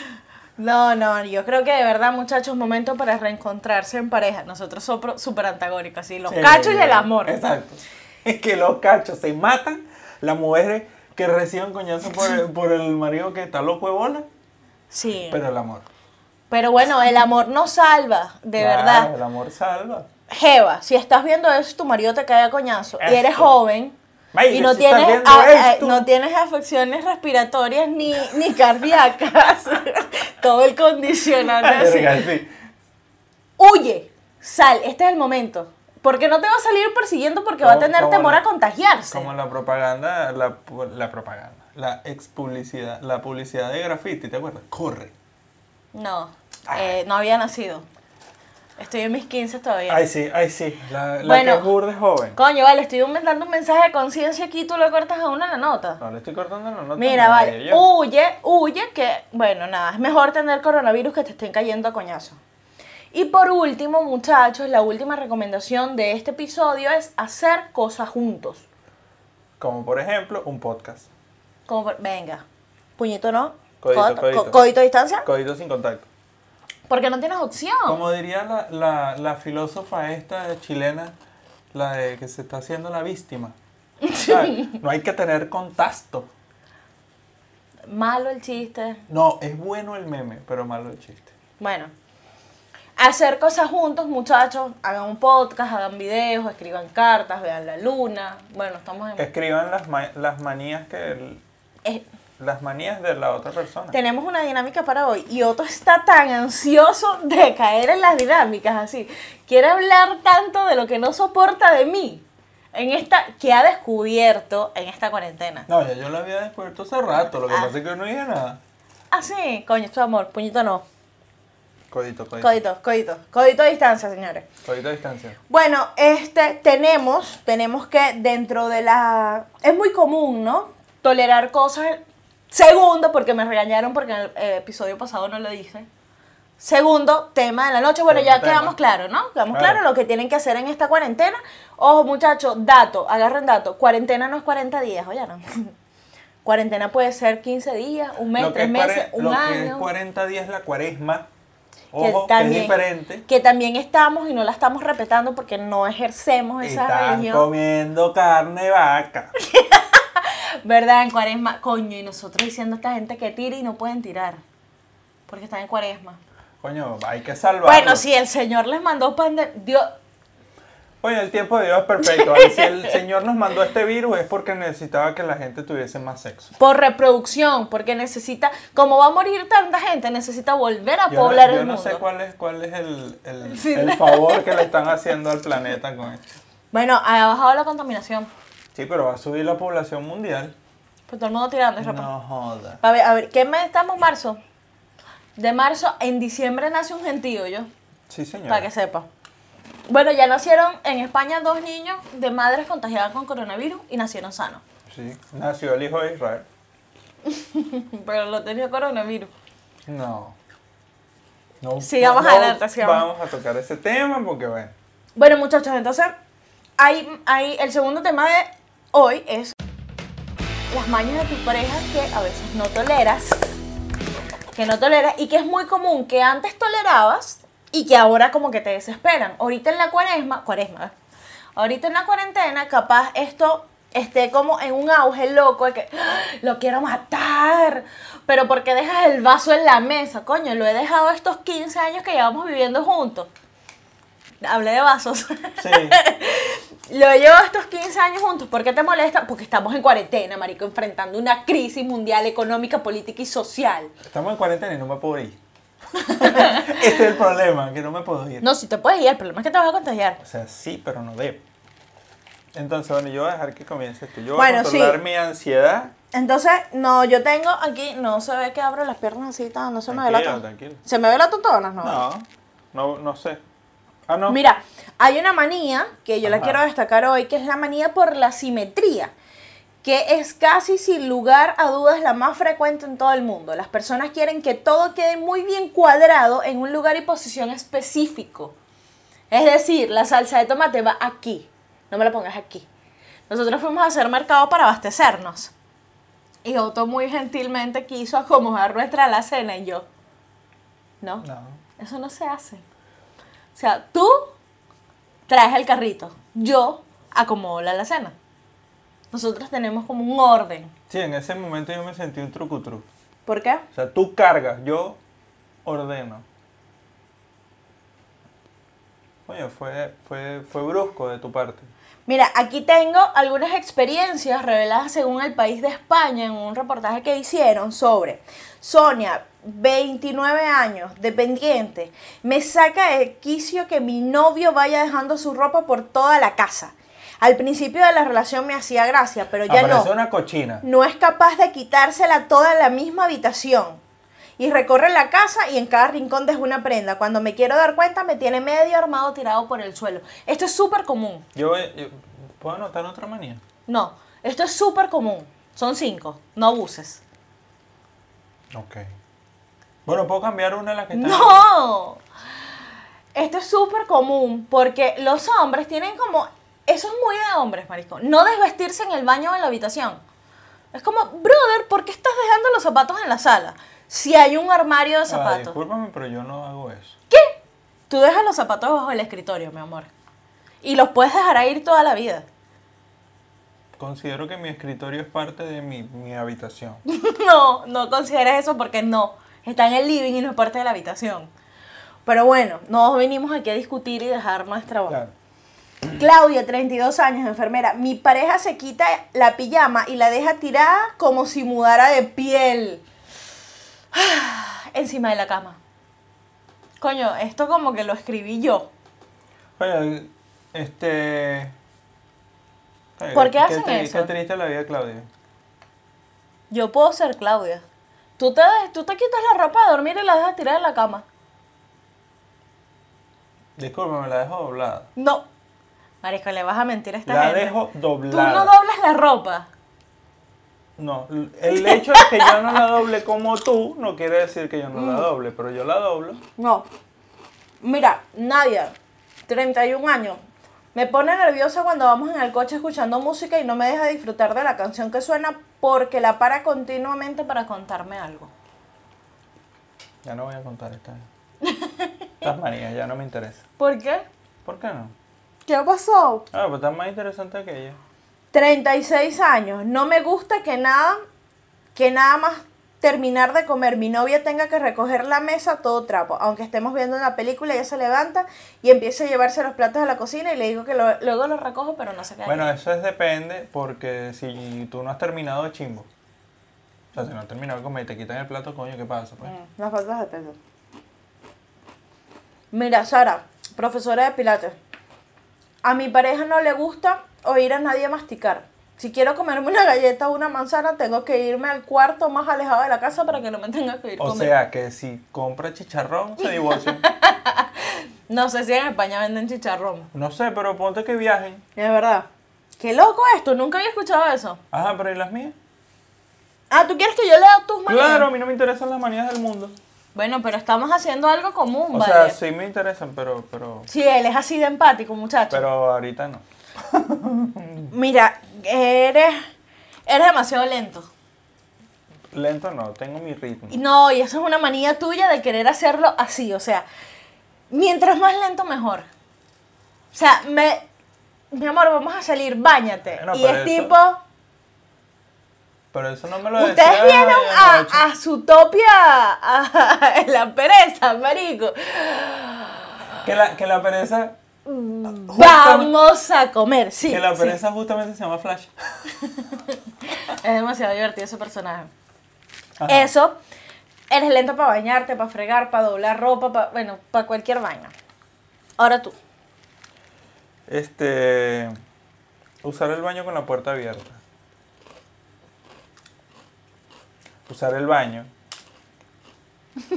Speaker 1: No, no, yo creo que de verdad, muchachos, momento para reencontrarse en pareja. Nosotros somos súper antagónicos, así, los
Speaker 2: Sí,
Speaker 1: cachos y el amor.
Speaker 2: Exacto. Es que los cachos se matan, las mujeres que reciben coñazo por el, por el marido que está loco de bola,
Speaker 1: Sí. Pero,
Speaker 2: pero el amor.
Speaker 1: bueno, el amor nos salva, de
Speaker 2: Claro,
Speaker 1: verdad.
Speaker 2: El amor salva.
Speaker 1: Jeva, si estás viendo eso, tu marido te cae a coñazo y eres
Speaker 2: Esto.
Speaker 1: joven
Speaker 2: Baby,
Speaker 1: y no
Speaker 2: si estás
Speaker 1: tienes,
Speaker 2: viendo
Speaker 1: a- a-
Speaker 2: esto.
Speaker 1: no tienes afecciones respiratorias ni, ni cardíacas, todo el condicionante así.
Speaker 2: Verga, sí.
Speaker 1: Huye, sal, este es el momento. Porque no te va a salir persiguiendo porque va a
Speaker 2: Como-
Speaker 1: tener
Speaker 2: como
Speaker 1: temor
Speaker 2: la-
Speaker 1: a contagiarse.
Speaker 2: Como la propaganda, la, pu- la propaganda, la ex publicidad, la publicidad de graffiti, ¿te acuerdas? Corre.
Speaker 1: No, eh, no había nacido. Estoy en mis 15 todavía.
Speaker 2: Ay, sí, ay, sí. La, la
Speaker 1: Bueno.
Speaker 2: que es burda es joven.
Speaker 1: Coño, vale, estoy dando un mensaje de conciencia aquí tú le cortas a una la nota.
Speaker 2: No, le estoy cortando la nota.
Speaker 1: Mira,
Speaker 2: a
Speaker 1: vale, Uh.
Speaker 2: ella.
Speaker 1: huye, huye, que bueno, nada, es mejor tener coronavirus que te estén cayendo a coñazo. Y por último, muchachos, la última recomendación de este episodio es hacer cosas juntos.
Speaker 2: Como por ejemplo, un podcast.
Speaker 1: Como, por- venga, puñito no,
Speaker 2: Codito,
Speaker 1: codo- co-
Speaker 2: codito.
Speaker 1: codito a distancia,
Speaker 2: Código sin contacto.
Speaker 1: porque no tienes opción.
Speaker 2: Como diría la, la, la filósofa esta chilena, la de que se está haciendo la víctima. ¿sabes? No hay que tener contacto.
Speaker 1: Malo el chiste.
Speaker 2: No, es bueno el meme, pero malo el chiste.
Speaker 1: Bueno, hacer cosas juntos, muchachos. Hagan un podcast, hagan videos, escriban cartas, vean la luna. Bueno, estamos en.
Speaker 2: Escriban las, ma- las manías que el-
Speaker 1: es-
Speaker 2: las manías de la otra persona.
Speaker 1: tenemos una dinámica para hoy y otro está tan ansioso de caer en las dinámicas así. Quiere hablar tanto de lo que no soporta de mí. en esta, que ha descubierto en esta cuarentena?
Speaker 2: No, ya yo lo había descubierto hace rato, lo que
Speaker 1: Ah.
Speaker 2: pasa es que no dije nada.
Speaker 1: Ah, sí, coño, esto es amor, puñito no.
Speaker 2: Codito, codito. Codito,
Speaker 1: Codito, codito, codito a distancia, señores.
Speaker 2: a distancia.
Speaker 1: Bueno, este, tenemos, tenemos que dentro de la... Es muy común, ¿no? Tolerar cosas. Segundo, porque me regañaron porque en el eh, episodio pasado no lo dije. Segundo, tema de la noche. Bueno,
Speaker 2: Segundo
Speaker 1: ya
Speaker 2: tema.
Speaker 1: quedamos claros, ¿no? Quedamos
Speaker 2: Claro.
Speaker 1: claros lo que tienen que hacer en esta cuarentena. Ojo, muchachos, dato, agarren dato. Cuarentena no es 40 días, oye, no. Cuarentena puede ser 15 días, un mes,
Speaker 2: Lo que
Speaker 1: tres
Speaker 2: es
Speaker 1: meses,
Speaker 2: cuare-
Speaker 1: un
Speaker 2: lo
Speaker 1: año.
Speaker 2: que es 40 días la cuaresma. Ojo, que, es diferente.
Speaker 1: Que también estamos y no la estamos respetando porque no ejercemos esa
Speaker 2: Están
Speaker 1: religión.
Speaker 2: comiendo carne de vaca.
Speaker 1: ¿Verdad? En cuaresma. Coño, y nosotros diciendo a esta gente que tire y no pueden tirar. Porque están en cuaresma.
Speaker 2: Coño, hay que salvarlo.
Speaker 1: Bueno, si el Señor les mandó pan de. Dios.
Speaker 2: Coño, el tiempo de Dios es perfecto. Ahí, si el Señor nos mandó este virus es porque necesitaba que la gente tuviese más sexo.
Speaker 1: Por reproducción, porque necesita. Como va a morir tanta gente, necesita volver a
Speaker 2: Yo no,
Speaker 1: poblar
Speaker 2: yo
Speaker 1: el
Speaker 2: no
Speaker 1: mundo.
Speaker 2: sé cuál es, cuál es el, el-
Speaker 1: Sí.
Speaker 2: el favor que le están haciendo al planeta con esto.
Speaker 1: Bueno, ha bajado la contaminación.
Speaker 2: Sí, pero va a subir la población mundial.
Speaker 1: Pues todo el mundo tirando. es ropa.
Speaker 2: No joda.
Speaker 1: A ver, a ver, ¿qué mes estamos? Marzo. De marzo, en diciembre nace un gentío, yo.
Speaker 2: Sí, señor.
Speaker 1: Para que sepa. Bueno, ya nacieron en España dos niños de madres contagiadas con coronavirus y nacieron sanos.
Speaker 2: Sí, nació el hijo de Israel.
Speaker 1: Pero lo tenía coronavirus.
Speaker 2: No. No,
Speaker 1: Sigamos
Speaker 2: no
Speaker 1: adelante, sigamos.
Speaker 2: Vamos a tocar ese tema porque, bueno.
Speaker 1: Bueno, muchachos, entonces, hay, hay, el segundo tema de hoy es las mañas de tu pareja que a veces no toleras. Que no toleras y que es muy común que antes tolerabas y que ahora como que te desesperan. Ahorita en la cuaresma, cuaresma, ¿eh? ahorita en la cuarentena, capaz esto esté como en un auge loco de que "Ah, lo quiero matar. Pero porque dejas el vaso en la mesa, coño, lo he dejado estos 15 años que llevamos viviendo juntos. Hablé de vasos.
Speaker 2: Sí.
Speaker 1: Lo llevo estos 15 años juntos. ¿Por qué te molesta? Porque estamos en cuarentena, marico, enfrentando una crisis mundial económica, política y social.
Speaker 2: Estamos en cuarentena y no me puedo ir. Ese es el problema, que no me puedo ir.
Speaker 1: No, si te puedes ir, el problema es que te vas a contagiar.
Speaker 2: O sea, sí, pero no debo. Entonces, bueno, yo voy a dejar que comiences tú. Yo voy
Speaker 1: Bueno,
Speaker 2: a
Speaker 1: sí.
Speaker 2: controlar mi ansiedad.
Speaker 1: Entonces, no, yo tengo aquí, no se ve que abro las piernas así, tan, no se me ve la
Speaker 2: Tranquila,
Speaker 1: totona.
Speaker 2: tranquila.
Speaker 1: ¿Se me ve la totona? No.
Speaker 2: No, no, no sé. Ah, no.
Speaker 1: Mira, hay una manía que yo la
Speaker 2: Ajá.
Speaker 1: quiero destacar hoy, que es la manía por la simetría, que es casi sin lugar a dudas la más frecuente en todo el mundo. Las personas quieren que todo quede muy bien cuadrado en un lugar y posición específico. Es decir, la salsa de tomate va aquí, no me la pongas aquí. Nosotros fuimos a hacer mercado para abastecernos. Y Otto muy gentilmente quiso acomodar nuestra alacena y yo. No.
Speaker 2: No.
Speaker 1: Eso no se hace. O sea, tú traes el carrito, yo acomodo la alacena. Nosotros tenemos como un orden.
Speaker 2: Sí, en ese momento yo me sentí un trucutru.
Speaker 1: ¿Por qué?
Speaker 2: O sea, tú cargas, yo ordeno. Oye, fue, fue, fue brusco de tu parte.
Speaker 1: Mira, aquí tengo algunas experiencias reveladas según el país de España en un reportaje que hicieron sobre Sonia, 29 años, dependiente. Me saca de quicio que mi novio vaya dejando su ropa por toda la casa. Al principio de la relación me hacía gracia, pero ya no.
Speaker 2: Aparece una cochina.
Speaker 1: no es capaz de quitársela toda en la misma habitación. Y recorre la casa y en cada rincón deja una prenda. Cuando me quiero dar cuenta, me tiene medio armado tirado por el suelo. Esto es súper común.
Speaker 2: Yo, eh, yo- ¿Puedo anotar otra manía?
Speaker 1: No, esto es súper común. Son cinco. No abuses.
Speaker 2: Ok. Bueno, ¿puedo cambiar una de las que está
Speaker 1: ¡No! Esto es súper común porque los hombres tienen como. Eso es muy de hombres, marico. No desvestirse en el baño o en la habitación. Es como, brother, ¿por qué estás dejando los zapatos en la sala? Si hay un armario de
Speaker 2: Ah,
Speaker 1: zapatos.
Speaker 2: discúlpame, pero yo no hago eso.
Speaker 1: Tú dejas los zapatos bajo el escritorio, mi amor. Y los puedes dejar ahí toda la vida.
Speaker 2: Considero que mi escritorio es parte de mi, mi habitación.
Speaker 1: no, no consideres eso porque no. Está en el living y no es parte de la habitación. Pero bueno, no vinimos aquí a discutir y dejar nuestra voz.
Speaker 2: Claro.
Speaker 1: Claudia, 32 años, enfermera. Mi pareja se quita la pijama y la deja tirada como si mudara de piel. Encima de la cama. Coño, esto como que lo escribí yo.
Speaker 2: Oye, este. Ay,
Speaker 1: ¿Por qué hacen
Speaker 2: tri-
Speaker 1: eso?
Speaker 2: Qué triste la vida, de Claudia.
Speaker 1: Yo puedo ser Claudia. Tú te, tú te quitas la ropa de dormir y la dejas tirada en la cama.
Speaker 2: Disculpa, me la dejo doblada.
Speaker 1: No. Marisco, le vas a mentir a esta
Speaker 2: La
Speaker 1: gente.
Speaker 2: dejo
Speaker 1: Tú
Speaker 2: doblada.
Speaker 1: no doblas la ropa.
Speaker 2: No, el hecho de que yo no la doble como tú no quiere decir que yo no
Speaker 1: Mm.
Speaker 2: la doble, pero yo la doblo.
Speaker 1: No. Mira, Nadia, 31 años. Me pone nerviosa cuando vamos en el coche escuchando música y no me deja disfrutar de la canción que suena porque la para continuamente para contarme algo.
Speaker 2: Ya no voy a contar esta. Estas manías, ya no me interesa.
Speaker 1: ¿Por qué?
Speaker 2: ¿Por qué no?
Speaker 1: ¿Qué pasó?
Speaker 2: Ah, pues está más interesante que ella.
Speaker 1: 36 años. No me gusta que nada, que nada más terminar de comer mi novia tenga que recoger la mesa a todo trapo. Aunque estemos viendo una película, ella se levanta y empieza a llevarse los platos a la cocina y le digo que lo- luego los recojo, pero no se queda.
Speaker 2: Bueno, eh. eso es depende, porque si tú no has terminado, chimbo. O sea, si no has terminado de comer y te quitan el plato, coño, ¿qué pasa? Pues?
Speaker 1: Mm, Las faltas de peso. Mira, Sara, profesora de Pilates. A mi pareja no le gusta oír a nadie masticar. Si quiero comerme una galleta o una manzana, tengo que irme al cuarto más alejado de la casa para que no me tenga que ir
Speaker 2: O
Speaker 1: comiendo.
Speaker 2: sea, que si compra chicharrón, se divorcian.
Speaker 1: No sé si en España venden chicharrón.
Speaker 2: No sé, pero ponte que viajen.
Speaker 1: Es verdad. Qué loco esto, nunca había escuchado eso.
Speaker 2: Ajá, pero ¿y las mías?
Speaker 1: Ah, ¿tú quieres que yo lea tus manías?
Speaker 2: Claro, a mí no me interesan las manías del mundo.
Speaker 1: Bueno, pero estamos haciendo algo común,
Speaker 2: O
Speaker 1: ¿vale?
Speaker 2: sea, sí me interesan, pero, pero,
Speaker 1: Sí, él es así de empático, muchacho.
Speaker 2: pero ahorita no.
Speaker 1: Mira, eres, eres demasiado lento.
Speaker 2: Lento no, tengo mi ritmo.
Speaker 1: Y No, y eso es una manía tuya de querer hacerlo así, o sea, mientras más lento mejor. O sea, me, mi amor, vamos a salir, báñate.
Speaker 2: Bueno,
Speaker 1: y
Speaker 2: pero
Speaker 1: es
Speaker 2: eso-
Speaker 1: tipo,
Speaker 2: Pero eso no me lo decía.
Speaker 1: ustedes vieron
Speaker 2: María
Speaker 1: a,
Speaker 2: Noche.
Speaker 1: a su topia, a, la pereza, marico.
Speaker 2: Que la, que la pereza,
Speaker 1: Mm, Vamos a comer, sí.
Speaker 2: que la
Speaker 1: sí.
Speaker 2: pereza justamente se llama Flash.
Speaker 1: Es demasiado divertido ese personaje.
Speaker 2: Ajá.
Speaker 1: Eso, eres lento para bañarte, para fregar, para doblar ropa, para, bueno, para cualquier vaina. Ahora tú.
Speaker 2: Este. Usar el baño con la puerta abierta. Usar el baño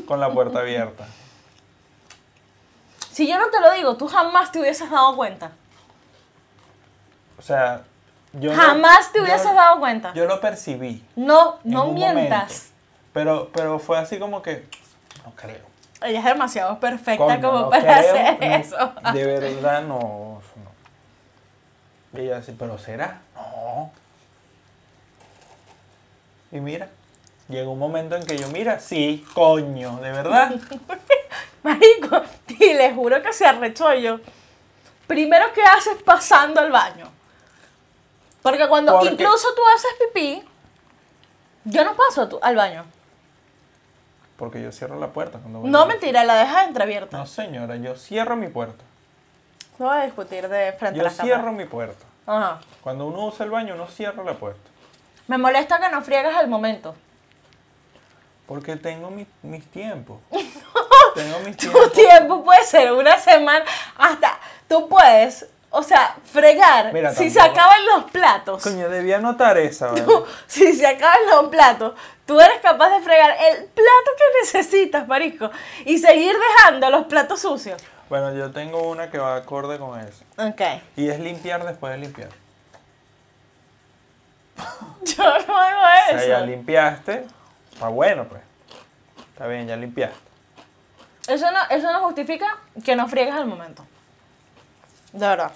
Speaker 2: con la puerta abierta.
Speaker 1: Si yo no te lo digo, tú jamás te hubieses dado cuenta.
Speaker 2: O sea, yo. lo-
Speaker 1: jamás te
Speaker 2: yo-
Speaker 1: hubieses dado cuenta.
Speaker 2: Yo lo percibí.
Speaker 1: no,
Speaker 2: en
Speaker 1: no
Speaker 2: un
Speaker 1: mientas.
Speaker 2: momento, pero, pero fue así como que. No creo.
Speaker 1: Ella es demasiado perfecta
Speaker 2: Coño,
Speaker 1: como
Speaker 2: no
Speaker 1: para
Speaker 2: creo,
Speaker 1: hacer
Speaker 2: no,
Speaker 1: eso.
Speaker 2: De verdad no. eso no. Y ella dice, ¿pero será? No. Y mira, llegó un momento en que yo, mira, sí, coño, de verdad.
Speaker 1: Marico, y le juro que se arrechó yo. Primero que haces pasando al baño. Porque cuando
Speaker 2: Porque-
Speaker 1: incluso tú haces pipí, yo no paso a tu- al baño.
Speaker 2: Porque yo cierro la puerta cuando voy
Speaker 1: No
Speaker 2: al baño.
Speaker 1: mentira, la dejas entreabierta.
Speaker 2: No, señora, yo cierro mi puerta.
Speaker 1: No voy a discutir de frente a
Speaker 2: Yo
Speaker 1: las cámaras.
Speaker 2: cierro mi puerta.
Speaker 1: Ajá.
Speaker 2: Cuando uno usa el baño, uno cierra la puerta.
Speaker 1: Me molesta que no friegas al momento.
Speaker 2: Porque tengo mi- mis tiempos. tengo mis
Speaker 1: Tu
Speaker 2: tiempos.
Speaker 1: tiempo puede ser una semana, hasta tú puedes, o sea, fregar.
Speaker 2: Mira,
Speaker 1: si se
Speaker 2: tampoco.
Speaker 1: acaban los platos,
Speaker 2: Coño, debía anotar esa, ¿verdad?
Speaker 1: tú- si se acaban los platos, tú eres capaz de fregar el plato que necesitas, marisco, y seguir dejando los platos sucios.
Speaker 2: Bueno, yo tengo una que va acorde con eso.
Speaker 1: Ok.
Speaker 2: Y es limpiar después de limpiar.
Speaker 1: Yo no hago
Speaker 2: O sea, ya
Speaker 1: eso.
Speaker 2: limpiaste. Está bueno, pues. Está bien, ya limpiaste.
Speaker 1: Eso no, eso no justifica que no friegues al momento. De verdad.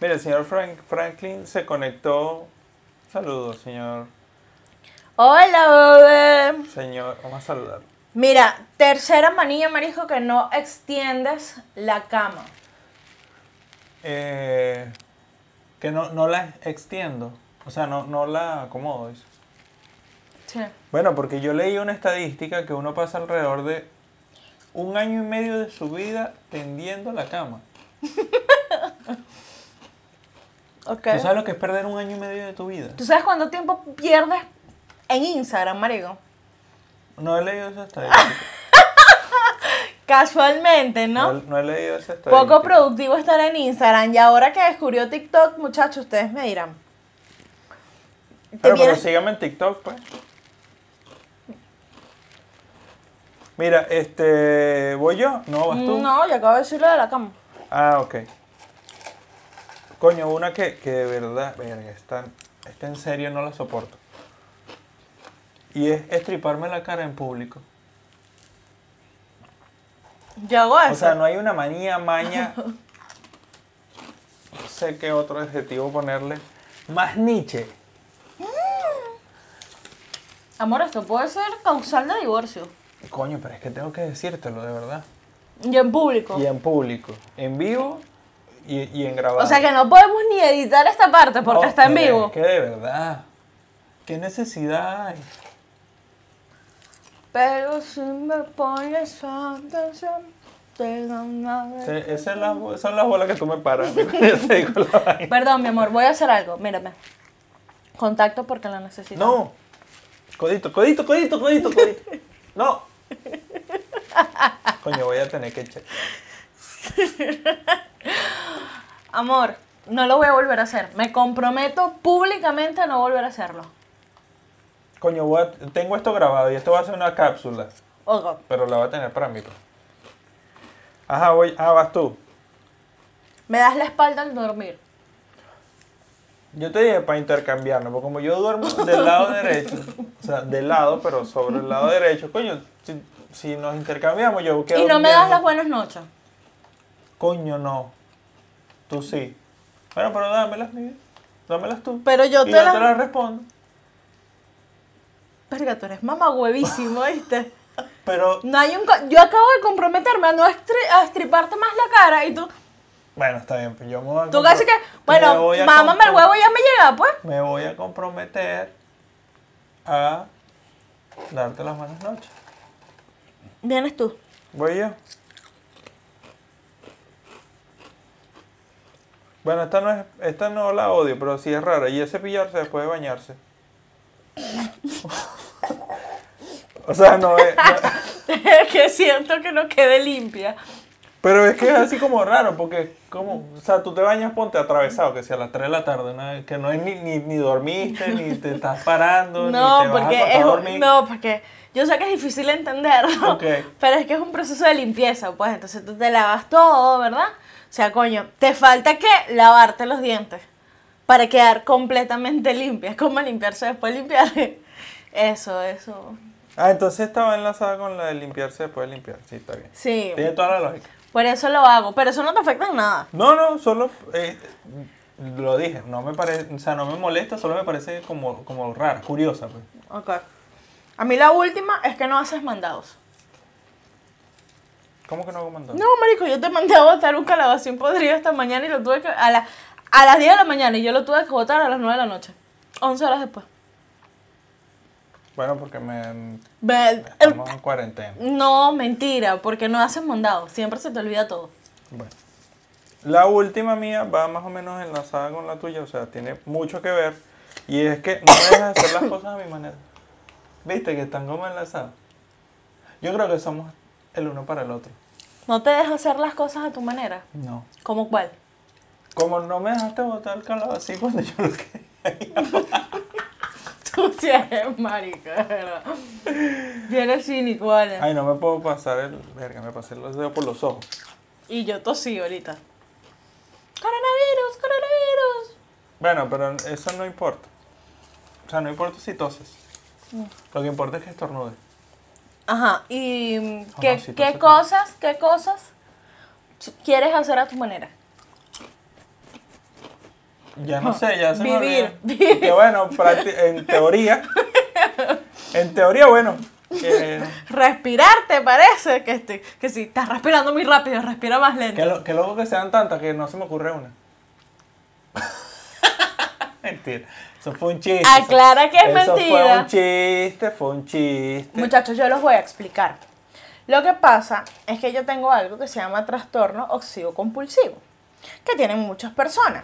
Speaker 2: Mira, el señor Frank- Franklin se conectó. Saludos, señor.
Speaker 1: Hola, bebé.
Speaker 2: Señor, vamos a saludar.
Speaker 1: Mira, tercera manía, marisco, que no extiendes la cama.
Speaker 2: Eh, que no, no la extiendo. O sea, no, no la acomodo. dice.
Speaker 1: Sí.
Speaker 2: Bueno, porque yo leí una estadística que uno pasa alrededor de un año y medio de su vida tendiendo la cama.
Speaker 1: Ok.
Speaker 2: ¿Tú sabes lo que es perder un año y medio de tu vida?
Speaker 1: ¿Tú sabes cuánto tiempo pierdes en Instagram, marico?
Speaker 2: No he leído esa estadística.
Speaker 1: Casualmente,
Speaker 2: No,
Speaker 1: Ah, ¿no?
Speaker 2: he- no he leído esa estadística.
Speaker 1: Poco productivo estar en Instagram. Y ahora que descubrió TikTok, muchachos, ustedes me dirán.
Speaker 2: Ah, Pero, pero
Speaker 1: vienes-
Speaker 2: sígame en TikTok, pues. Mira, este. ¿Voy yo? No, vas tú.
Speaker 1: No, yo acabo de decir lo de la cama.
Speaker 2: Ah, ok. Coño, una que, que de verdad, verga, esta, esta en serio no la soporto. Y es estriparme la cara en público.
Speaker 1: Yo hago eso.
Speaker 2: O sea, no hay una manía, maña. No sé qué otro adjetivo ponerle. Más Nietzsche.
Speaker 1: Amor, esto puede ser causal de divorcio.
Speaker 2: Coño, pero es que tengo que decírtelo, de verdad.
Speaker 1: Y en público.
Speaker 2: Y en público. En vivo y, y en grabado.
Speaker 1: O sea que no podemos ni editar esta parte porque
Speaker 2: No,
Speaker 1: está en
Speaker 2: pero
Speaker 1: vivo.
Speaker 2: Es que de verdad. ¿Qué necesidad hay?
Speaker 1: Pero si me pones a canción, te ganaré.
Speaker 2: Se- esa es la- esas son las bolas que tú me paras. Yo te digo la vaina.
Speaker 1: Perdón, mi amor, voy a hacer algo. Mírame. Contacto porque lo necesito.
Speaker 2: no. Codito, codito, codito, codito, codito. No. Coño, voy a tener que echar.
Speaker 1: Amor, no lo voy a volver a hacer. Me comprometo públicamente a no volver a hacerlo.
Speaker 2: Coño, voy a- tengo esto grabado y esto va a ser una cápsula.
Speaker 1: Ojo.
Speaker 2: Pero la va a tener para mí. pues. Ajá, voy. Ah, vas tú.
Speaker 1: Me das la espalda al dormir.
Speaker 2: Yo te dije para intercambiarnos, porque como yo duermo del lado derecho, o sea, del lado, pero sobre el lado derecho, coño, si, si nos intercambiamos, yo quedo.
Speaker 1: Y no me das
Speaker 2: durmiendo.
Speaker 1: las buenas noches.
Speaker 2: Coño, no. Tú sí. Bueno, pero dámelas, Miguel. Dámelas tú.
Speaker 1: Pero yo
Speaker 2: Y
Speaker 1: te
Speaker 2: yo
Speaker 1: las-
Speaker 2: te las respondo.
Speaker 1: Verga, tú eres mamahuevísimo, ¿viste?
Speaker 2: Pero,
Speaker 1: No hay un... co- Yo acabo de comprometerme a no estri- a estriparte más la cara y tú...
Speaker 2: bueno, está bien, pues yo me voy a
Speaker 1: Tú casi que...
Speaker 2: compro- me
Speaker 1: Bueno,
Speaker 2: voy a
Speaker 1: mámame el
Speaker 2: compro-
Speaker 1: huevo ya me llega, pues.
Speaker 2: Me voy a comprometer a darte las buenas noches.
Speaker 1: Vienes tú.
Speaker 2: Voy yo. Bueno, esta no, es, esta no la odio, pero sí es rara. Y es cepillarse después de bañarse. o sea, no es... no-
Speaker 1: que siento que no quede limpia.
Speaker 2: pero es que es así como raro, porque es como... O sea, tú te bañas, ponte atravesado, que sea a las 3 de la tarde, ¿no? que no es ni, ni, ni dormiste, ni te estás parando,
Speaker 1: No,
Speaker 2: ni te vas a
Speaker 1: porque
Speaker 2: acostar
Speaker 1: es,
Speaker 2: a dormir.
Speaker 1: no, porque yo sé que es difícil entenderlo,
Speaker 2: Ok.
Speaker 1: pero es que es un proceso de limpieza, pues entonces tú te lavas todo, ¿verdad? O sea, coño, te falta que lavarte los dientes para quedar completamente limpia. Es como limpiarse después de limpiar. Eso, eso.
Speaker 2: Ah, entonces estaba enlazada con la de limpiarse después de limpiar. Sí, está bien.
Speaker 1: Sí,
Speaker 2: Tiene toda la lógica.
Speaker 1: por eso lo hago, pero eso no te afecta en nada.
Speaker 2: No, no, solo eh, lo dije, no me parece, o sea, no me molesta, solo me parece como, como rara, curiosa, pues.
Speaker 1: Ok. A mí la última es que no haces mandados.
Speaker 2: ¿Cómo que no hago mandado?
Speaker 1: No, marico, yo te mandé a botar un calabacín podrido esta mañana y lo tuve que... A, la- a las 10 de la mañana y yo lo tuve que botar a las 9 de la noche. 11 horas después.
Speaker 2: Bueno, porque me
Speaker 1: Ve-
Speaker 2: estamos en cuarentena.
Speaker 1: No, mentira, porque no haces mandado. Siempre se te olvida todo.
Speaker 2: Bueno. La última mía va más o menos enlazada con la tuya, o sea, tiene mucho que ver. Y es que no me dejas hacer las cosas a mi manera. ¿Viste que están como enlazadas? Yo creo que somos el uno para el otro.
Speaker 1: No te dejas hacer las cosas a tu manera.
Speaker 2: No.
Speaker 1: ¿Como cuál?
Speaker 2: Como no me dejaste botar el calabacín cuando yo lo quería.
Speaker 1: Tú sí eres marica, de verdad. Yo eres cínico, ¿vale?
Speaker 2: Ay, no me puedo pasar el. Verga, me pasé los dedos por los ojos.
Speaker 1: Y yo tosí ahorita. ¡Coronavirus, coronavirus!
Speaker 2: Bueno, pero eso no importa. O sea, no importa si toses. Lo que importa es que estornudes.
Speaker 1: Ajá, ¿y mm,
Speaker 2: Ah,
Speaker 1: qué,
Speaker 2: no, sí,
Speaker 1: qué
Speaker 2: entonces-
Speaker 1: cosas, qué cosas ch- quieres hacer a tu manera?
Speaker 2: Ya no sé, ya se
Speaker 1: Vivir,
Speaker 2: me olvidó.
Speaker 1: vivir.
Speaker 2: Que bueno, practi- en teoría. En teoría, bueno. Que,
Speaker 1: Respirar, ¿te parece? Que, estoy, que si estás respirando muy rápido, respira más lento.
Speaker 2: que, lo- que luego que sean tantas que no se me ocurre una. mentira. Eso fue un chiste.
Speaker 1: Aclara que es
Speaker 2: Eso fue
Speaker 1: mentira.
Speaker 2: un chiste, fue un chiste.
Speaker 1: Muchachos, yo los voy a explicar. Lo que pasa es que yo tengo algo que se llama trastorno oxido compulsivo, que tienen muchas personas.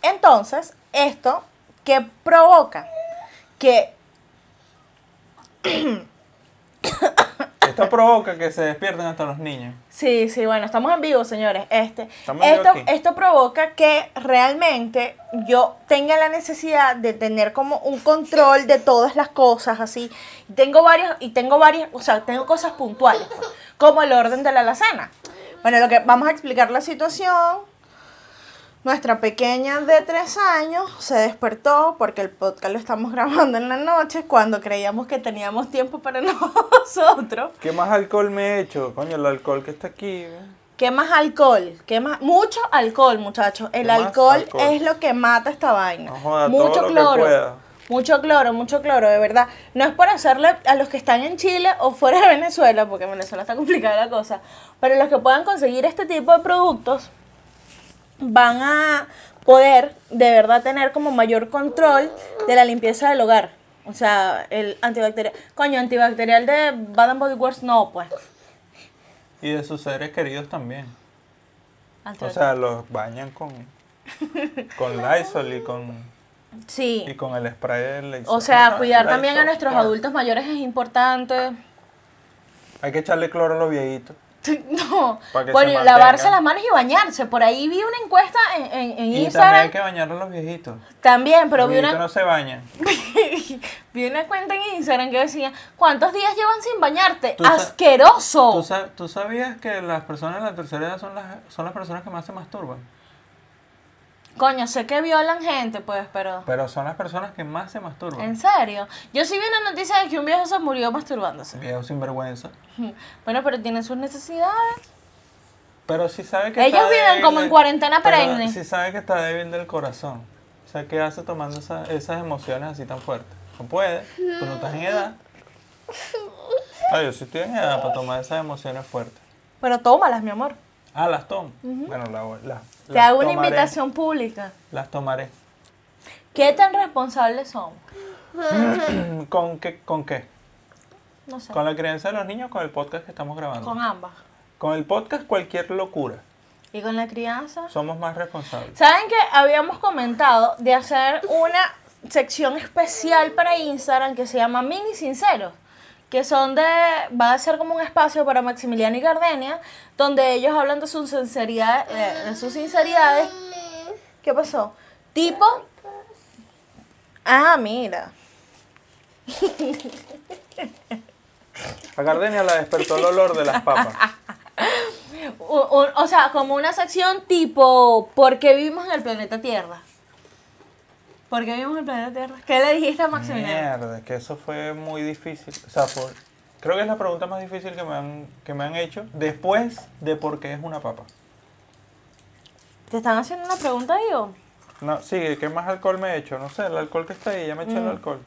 Speaker 1: Entonces, esto que provoca que
Speaker 2: Te Esto provoca que se despierten hasta los niños.
Speaker 1: Sí, sí, bueno, estamos en vivo, señores. Este,
Speaker 2: Estamos en vivo
Speaker 1: esto,
Speaker 2: aquí.
Speaker 1: esto provoca que realmente yo tenga la necesidad de tener como un control de todas las cosas, así. Y Tengo varias, y tengo varias, o sea, tengo cosas puntuales, pues, como el orden de la alacena. Bueno, lo que vamos a explicar la situación. Nuestra pequeña de tres años se despertó porque el podcast lo estamos grabando en la noche cuando creíamos que teníamos tiempo para nosotros.
Speaker 2: ¿Qué más alcohol me he hecho? Coño, el alcohol que está aquí. ¿eh?
Speaker 1: ¿Qué más alcohol? ¿Qué más? Mucho alcohol, muchachos. El
Speaker 2: ¿Qué más
Speaker 1: alcohol,
Speaker 2: alcohol?
Speaker 1: es lo que mata esta vaina.
Speaker 2: No joda,
Speaker 1: mucho
Speaker 2: todo lo que
Speaker 1: cloro.
Speaker 2: pueda.
Speaker 1: Mucho cloro, mucho cloro, de verdad. No es por hacerle a los que están en Chile o fuera de Venezuela, porque en Venezuela está complicada la cosa. Pero los que puedan conseguir este tipo de productos van a poder de verdad tener como mayor control de la limpieza del hogar. O sea, el antibacterial. Coño, antibacterial de Bath and Body Works no, pues.
Speaker 2: Y de sus seres queridos también. O
Speaker 1: Antibacterial.
Speaker 2: sea, los bañan con, con Lysol y con,
Speaker 1: sí.
Speaker 2: y con el spray del Lysol. Ah,
Speaker 1: O sea, cuidar
Speaker 2: Lysol, Ah,
Speaker 1: también a nuestros
Speaker 2: claro.
Speaker 1: adultos mayores es importante.
Speaker 2: Hay que echarle cloro a los viejitos.
Speaker 1: No.
Speaker 2: Para que
Speaker 1: Bueno,
Speaker 2: se
Speaker 1: y lavarse
Speaker 2: mantengan.
Speaker 1: las manos y bañarse. Por ahí vi una encuesta en, en- en
Speaker 2: Y también hay
Speaker 1: Instagram.
Speaker 2: que bañar a los viejitos.
Speaker 1: También, pero
Speaker 2: Los
Speaker 1: vi
Speaker 2: viejitos
Speaker 1: una,
Speaker 2: no se bañan.
Speaker 1: vi una cuenta en Instagram que decía, ¿cuántos días llevan sin bañarte?
Speaker 2: Tú sa- ¿Tú,
Speaker 1: ¡Asqueroso!
Speaker 2: sa- tú sabías que las personas de la tercera edad son las, son las personas que más se masturban?
Speaker 1: Coño, sé que violan gente, pues, pero...
Speaker 2: Pero son las personas que más se masturban.
Speaker 1: ¿En serio? Yo sí vi una noticia de que un viejo se murió masturbándose.
Speaker 2: Viejo sinvergüenza.
Speaker 1: Bueno, pero tienen sus necesidades.
Speaker 2: Pero si sabe que
Speaker 1: Ellos
Speaker 2: está
Speaker 1: viven
Speaker 2: débil
Speaker 1: como en
Speaker 2: de-
Speaker 1: cuarentena
Speaker 2: pero
Speaker 1: perenne.
Speaker 2: Si sabe que está débil del corazón. O sea, ¿qué hace tomando esa- esas emociones así tan fuertes? No puede. Tú no estás en edad. Ah, yo sí estoy en edad para tomar esas emociones fuertes.
Speaker 1: Pero tómalas, mi amor.
Speaker 2: Ah, las tomo. Bueno, la, voy- la-
Speaker 1: Te
Speaker 2: las
Speaker 1: hago una
Speaker 2: tomaré.
Speaker 1: invitación pública.
Speaker 2: Las tomaré.
Speaker 1: ¿Qué tan responsables son?
Speaker 2: ¿Con qué? ¿Con qué?
Speaker 1: No sé.
Speaker 2: ¿Con la crianza de los niños o con el podcast que estamos grabando?
Speaker 1: Con ambas.
Speaker 2: Con el podcast cualquier locura.
Speaker 1: Y con la crianza.
Speaker 2: Somos más responsables.
Speaker 1: ¿Saben que habíamos comentado de hacer una sección especial para Instagram que se llama Mini Sinceros? Que son de. Va a ser como un espacio para Maximiliano y Gardenia, donde ellos hablan de sus sinceridades. De, sus sinceridades. ¿Qué pasó? Tipo. Ah, mira.
Speaker 2: A Gardenia la despertó el olor de las papas.
Speaker 1: O, o- o sea, como una sección tipo, ¿por qué vivimos en el planeta Tierra? ¿Por qué vivimos en el planeta Tierra? ¿Qué le dijiste a Maximiliano?
Speaker 2: Mierda, que eso fue muy difícil. O sea, fue- creo que es la pregunta más difícil que me, han, que me han hecho después de por qué es una papa.
Speaker 1: ¿Te están haciendo una pregunta, Diego?
Speaker 2: No, sigue, ¿qué más alcohol me he hecho? No sé, el alcohol que está ahí, ya me eché
Speaker 1: Mm.
Speaker 2: el alcohol.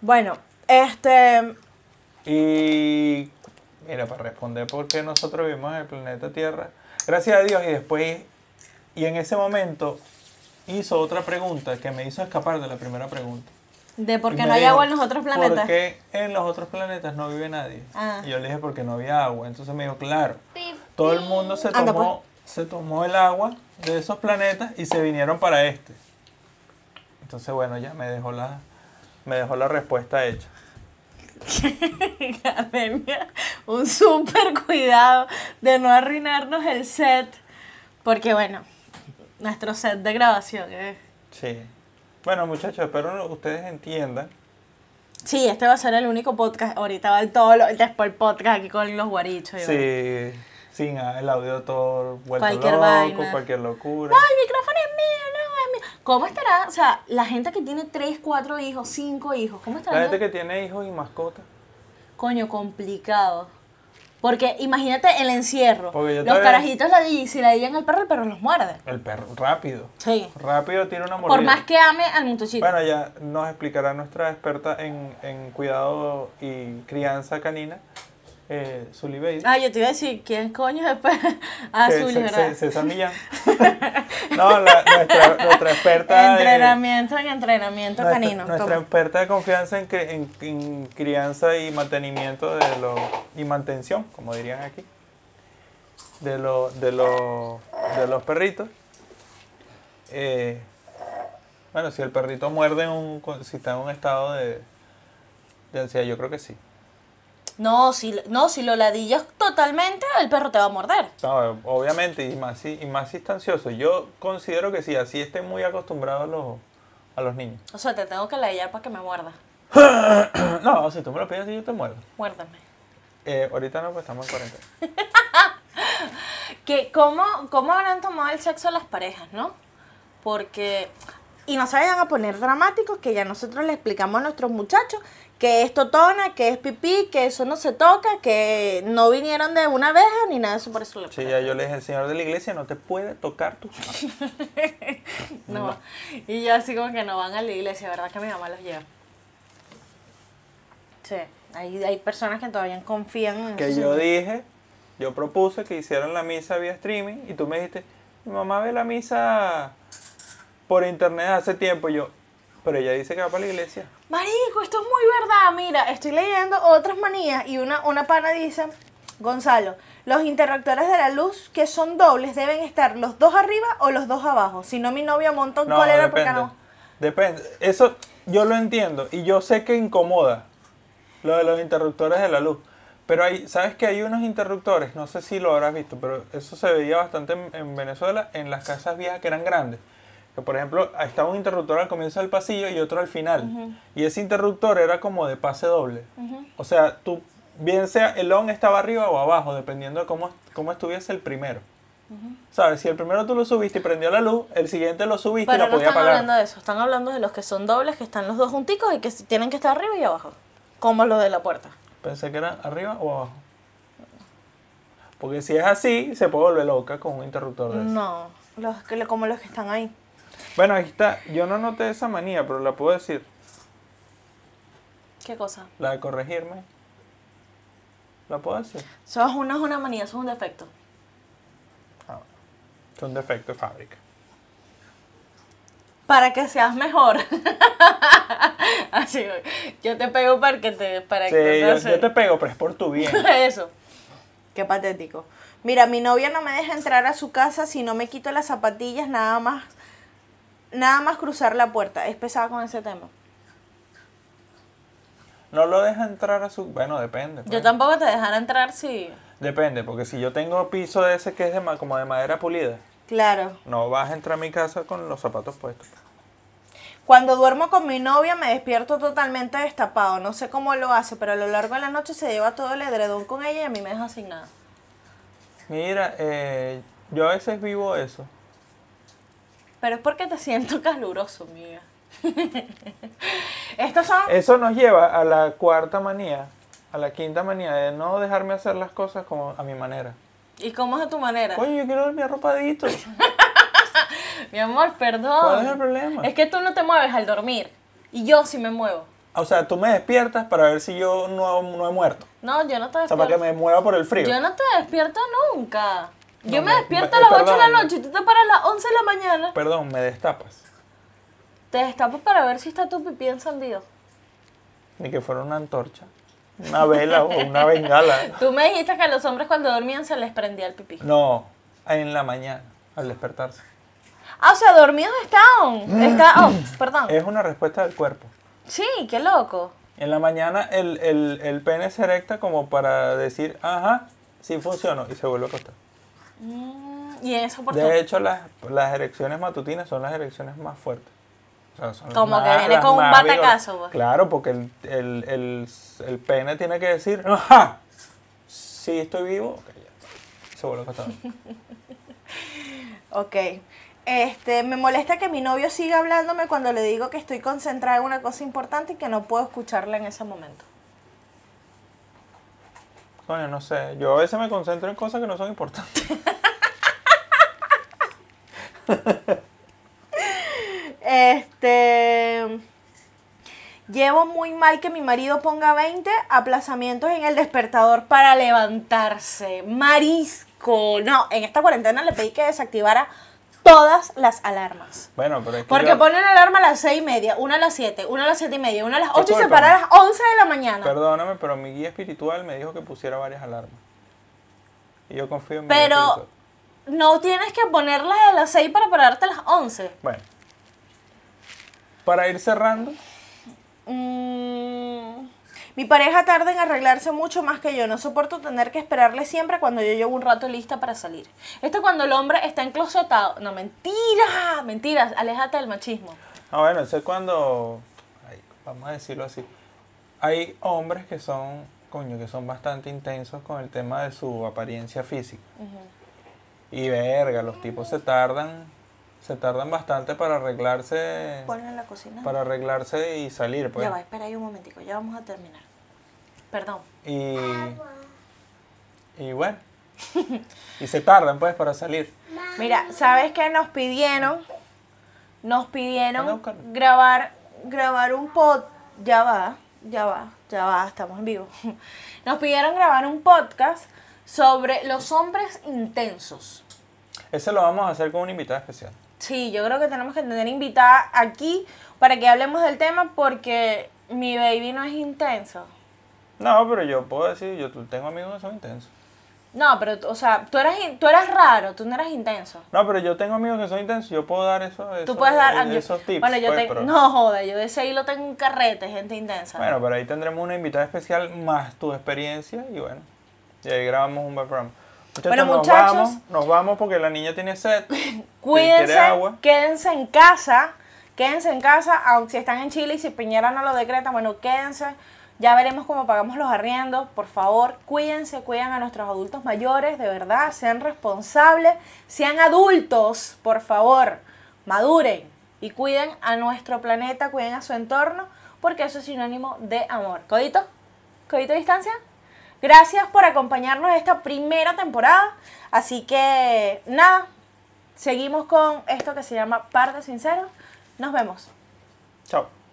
Speaker 1: Bueno, este...
Speaker 2: Y mira, para responder por qué nosotros vivimos en el planeta Tierra, gracias a Dios y después, y en ese momento hizo otra pregunta que me hizo escapar de la primera pregunta.
Speaker 1: De por
Speaker 2: Y
Speaker 1: qué
Speaker 2: me
Speaker 1: no hay
Speaker 2: dijo,
Speaker 1: agua en los otros planetas.
Speaker 2: ¿Por qué en los otros planetas no vive nadie?
Speaker 1: Ah.
Speaker 2: Y yo le dije porque no había agua. Entonces me dijo, claro, todo el mundo se
Speaker 1: Anda, pues.
Speaker 2: tomó, se tomó el agua de esos planetas y se vinieron para este. Entonces, bueno, ya me dejó la, me dejó la respuesta hecha.
Speaker 1: Gardenia, un súper cuidado de no arruinarnos el set. Porque bueno, nuestro set de grabación es...
Speaker 2: Sí. Bueno, muchachos, espero lo- ustedes entiendan.
Speaker 1: Sí, este va a ser el único podcast. Ahorita va el todo lo- después el podcast aquí con los guarichos. y bueno.
Speaker 2: Sí. Sin a- el audio todo vuelto
Speaker 1: Cualquier
Speaker 2: loco,
Speaker 1: vaina.
Speaker 2: cualquier locura.
Speaker 1: No, el micrófono es mío, no es mío. ¿Cómo estará? O sea, la gente que tiene 3, 4 hijos, 5 hijos, ¿cómo estará?
Speaker 2: La gente que tiene hijos y mascotas.
Speaker 1: Coño, complicado. Porque imagínate el encierro.
Speaker 2: Porque yo
Speaker 1: Los
Speaker 2: todavía-
Speaker 1: carajitos la di- si la digan al perro, el perro los muerde.
Speaker 2: El perro, rápido.
Speaker 1: Sí.
Speaker 2: Rápido tiene una mordida.
Speaker 1: Por más que ame al muchachito.
Speaker 2: Bueno, ya nos explicará nuestra experta en, en cuidado y crianza canina, eh, Zulibeid.
Speaker 1: Ah, yo te iba a decir, ¿quién coño es pe- Ah,
Speaker 2: que
Speaker 1: Zuli,
Speaker 2: se-
Speaker 1: ¿verdad?
Speaker 2: se- César Millán. no, la- nuestra, nuestra experta de-
Speaker 1: entrenamiento en entrenamiento
Speaker 2: nuestra-
Speaker 1: canino.
Speaker 2: Nuestra
Speaker 1: Toma.
Speaker 2: experta de confianza en, cri- en- en crianza y mantenimiento de los y mantención, como dirían aquí, de los de los de los perritos. Eh, bueno, si el perrito muerde en un, si está en un estado de, de ansiedad, yo creo que sí.
Speaker 1: No, si, lo- no, si lo ladillas totalmente, el perro te va a morder.
Speaker 2: No, obviamente, y más, si- y más instancioso. Yo considero que sí, así estén muy acostumbrados los, a los niños.
Speaker 1: O sea, te tengo que ladillar para que me muerda.
Speaker 2: No, si tú me lo pides, yo te muero.
Speaker 1: Muérdame.
Speaker 2: Eh, ahorita no, pues estamos en cuarentena.
Speaker 1: que cómo, cómo habrán tomado el sexo las parejas, ¿no? Porque... Y no se vayan a poner dramáticos que ya nosotros le explicamos a nuestros muchachos que es totona, que es pipí, que eso no se toca, que no vinieron de una abeja ni nada de eso, por eso le
Speaker 2: Sí, ya yo le dije, el señor de la iglesia no te puede tocar tus manos.
Speaker 1: no. Y yo así como que no van a la iglesia, ¿verdad? Que mi mamá los lleva. Sí, hay, hay personas que todavía confían en
Speaker 2: Que
Speaker 1: eso.
Speaker 2: yo dije, yo propuse que hicieran la misa vía streaming y tú me dijiste, mi mamá ve la misa por internet hace tiempo. Y yo, pero ella dice que va para la iglesia.
Speaker 1: Marico, esto es muy verdad. Mira, estoy leyendo otras manías y una, una pana dice, Gonzalo, los interruptores de la luz que son dobles deben estar los dos arriba o los dos abajo. Si no, mi novia monta un cólera porque
Speaker 2: depende.
Speaker 1: no.
Speaker 2: Depende. Eso yo lo entiendo y yo sé que incomoda lo de los interruptores de la luz. Pero hay, ¿sabes que hay unos interruptores? No sé si lo habrás visto, pero eso se veía bastante en, en Venezuela, en las casas viejas que eran grandes. Que por ejemplo, ahí estaba un interruptor al comienzo del pasillo y otro al final. Y ese interruptor era como de pase doble. O sea, tú, bien sea el on estaba arriba o abajo, dependiendo de cómo, cómo estuviese el primero. ¿Sabes? Si el primero tú lo subiste y prendió la luz, el siguiente lo subiste y
Speaker 1: Pero
Speaker 2: la
Speaker 1: no
Speaker 2: podía
Speaker 1: están hablando
Speaker 2: apagar.
Speaker 1: de eso, están hablando de los que son dobles, que están los dos junticos y que s- tienen que estar arriba y abajo. Como los de la puerta.
Speaker 2: Pensé que era arriba o abajo. Porque si es así, se puede volver loca con un interruptor de eso.
Speaker 1: No, los que, como los que están ahí.
Speaker 2: Bueno, ahí está. Yo no noté esa manía, pero la puedo decir.
Speaker 1: ¿Qué cosa?
Speaker 2: La de corregirme. La puedo decir.
Speaker 1: Eso es una, es una manía, eso es un defecto.
Speaker 2: Ah, es un defecto de fábrica.
Speaker 1: Para que seas mejor. Así, yo te pego para que te... Para
Speaker 2: Sí,
Speaker 1: que
Speaker 2: yo,
Speaker 1: sé.
Speaker 2: yo te pego, pero es por tu bien.
Speaker 1: Eso. Qué patético. Mira, mi novia no me deja entrar a su casa si no me quito las zapatillas, nada más, nada más cruzar la puerta. Es pesada con ese tema.
Speaker 2: No lo deja entrar a su... Bueno, depende. pues.
Speaker 1: Yo tampoco te dejara entrar si.
Speaker 2: Depende, porque si yo tengo piso de ese que es de ma- como de madera pulida,
Speaker 1: Claro.
Speaker 2: no vas a entrar a mi casa con los zapatos puestos.
Speaker 1: Cuando duermo con mi novia me despierto totalmente destapado. No sé cómo lo hace, pero a lo largo de la noche se lleva todo el edredón con ella y a mí me deja sin nada.
Speaker 2: Mira, eh, yo a veces vivo eso.
Speaker 1: Pero es porque te siento caluroso, mía. Estos son.
Speaker 2: Eso nos lleva a la cuarta manía, a la quinta manía de no dejarme hacer las cosas como a mi manera.
Speaker 1: ¿Y cómo es a tu manera?
Speaker 2: Oye, yo quiero dormir arropadito.
Speaker 1: Mi amor, perdón.
Speaker 2: ¿Cuál es el problema?
Speaker 1: Es que tú no te mueves al dormir. Y yo sí me muevo.
Speaker 2: O sea, tú me despiertas para ver si yo no, no he muerto.
Speaker 1: No, yo no te
Speaker 2: O sea, para que
Speaker 1: despierto.
Speaker 2: me mueva por el frío.
Speaker 1: Yo no te despierto nunca. yo
Speaker 2: No,
Speaker 1: me
Speaker 2: me-
Speaker 1: despierto
Speaker 2: me-
Speaker 1: a las 8 de la
Speaker 2: perdón.
Speaker 1: noche y tú te paras a las 11 de la mañana.
Speaker 2: Perdón, me destapas.
Speaker 1: Te destapas para ver si está tu pipí encendido.
Speaker 2: Ni que fuera una antorcha, una vela o una bengala.
Speaker 1: Tú me dijiste que a los hombres cuando dormían se les prendía el pipí.
Speaker 2: No, en la mañana, al despertarse.
Speaker 1: Ah, o sea, dormidos estaban. Está off, perdón.
Speaker 2: Es una respuesta del cuerpo.
Speaker 1: Sí, qué loco.
Speaker 2: En la mañana el, el, el pene se erecta como para decir, ajá, sí funcionó, y se vuelve a acostar.
Speaker 1: Mm, y en eso por
Speaker 2: De hecho, las, las erecciones matutinas son las erecciones más fuertes. O sea, son las
Speaker 1: Como que viene
Speaker 2: las
Speaker 1: con un
Speaker 2: más vigorosas.
Speaker 1: batacazo, pues.
Speaker 2: Claro, porque el, el, el, el pene tiene que decir, ajá, sí estoy vivo, ok, ya. Se vuelve a acostar.
Speaker 1: Ok. Este, me molesta que mi novio siga hablándome cuando le digo que estoy concentrada en una cosa importante y que no puedo escucharla en ese momento.
Speaker 2: Coño, no sé. Yo a veces me concentro en cosas que no son importantes.
Speaker 1: Este. Llevo muy mal que mi marido ponga 20 aplazamientos en el despertador para levantarse. Marisco. No, en esta cuarentena le pedí que desactivara todas las alarmas.
Speaker 2: Bueno, pero es que
Speaker 1: Porque
Speaker 2: yo-
Speaker 1: pone una alarma a las 6 y media, una a las 7, una a las 7 y media, una a las 8 y se
Speaker 2: Discúlpame.
Speaker 1: para a las 11 de la mañana.
Speaker 2: Perdóname, pero mi guía espiritual me dijo que pusiera varias alarmas. Y yo confío en mi guía
Speaker 1: Pero
Speaker 2: espiritual.
Speaker 1: no tienes que ponerlas a las 6 para pararte a las 11.
Speaker 2: Bueno. Para ir cerrando,
Speaker 1: Mm, Mi pareja tarda en arreglarse mucho más que yo. No soporto tener que esperarle siempre cuando yo llevo un rato lista para salir. Esto cuando el hombre está enclosetado. No, mentira, mentiras. Aléjate del machismo.
Speaker 2: Ah, bueno, eso es cuando, ay, vamos a decirlo así, hay hombres que son, coño, que son bastante intensos con el tema de su apariencia física. Y verga, los tipos se tardan, se tardan bastante para arreglarse,
Speaker 1: Ponlo en la cocina.
Speaker 2: para arreglarse y salir, pues.
Speaker 1: Ya va, espera ahí un momentico. Ya vamos a terminar. Perdón.
Speaker 2: Y, y bueno, y se tardan, pues, para salir.
Speaker 1: Mira, ¿sabes qué nos pidieron? Nos pidieron
Speaker 2: Anda a buscarlo.
Speaker 1: grabar, grabar un pod. Ya va, ya va, ya va, estamos en vivo. Nos pidieron grabar un podcast sobre los hombres intensos.
Speaker 2: Eso lo vamos a hacer con un invitado especial.
Speaker 1: Sí, yo creo que tenemos que tener invitada aquí para que hablemos del tema porque mi baby no es intenso.
Speaker 2: No, pero yo puedo decir, yo tu- tengo amigos que son intensos.
Speaker 1: No, pero, o sea, tú eras, in- tú eras raro, tú no eras intenso.
Speaker 2: No, pero yo tengo amigos que son intensos, yo puedo dar eso,
Speaker 1: Tú
Speaker 2: eso-
Speaker 1: puedes dar. ah,
Speaker 2: eh,
Speaker 1: yo-
Speaker 2: esos tips.
Speaker 1: bueno, yo
Speaker 2: pues,
Speaker 1: te-
Speaker 2: pero-
Speaker 1: No joda, yo de ese hilo tengo un carrete, gente intensa.
Speaker 2: Bueno, pero ahí tendremos una invitada especial más tu experiencia y bueno, y ahí grabamos un buen programa. Muchachos,
Speaker 1: Bueno,
Speaker 2: nos
Speaker 1: muchachos.
Speaker 2: vamos, nos vamos porque la niña tiene sed. Si
Speaker 1: Cuídense,
Speaker 2: quiere agua.
Speaker 1: quédense en casa, quédense en casa, aunque si están en Chile y si Piñera no lo decreta, bueno, quédense. Ya veremos cómo pagamos los arriendos, por favor, cuídense, cuidan a nuestros adultos mayores, de verdad, sean responsables, sean adultos, por favor, maduren y cuiden a nuestro planeta, cuiden a su entorno, porque eso es sinónimo de amor. Codito, codito de distancia. Gracias por acompañarnos esta primera temporada, así que nada, Seguimos con esto que se llama Parte Sincero. Nos vemos.
Speaker 2: Chao.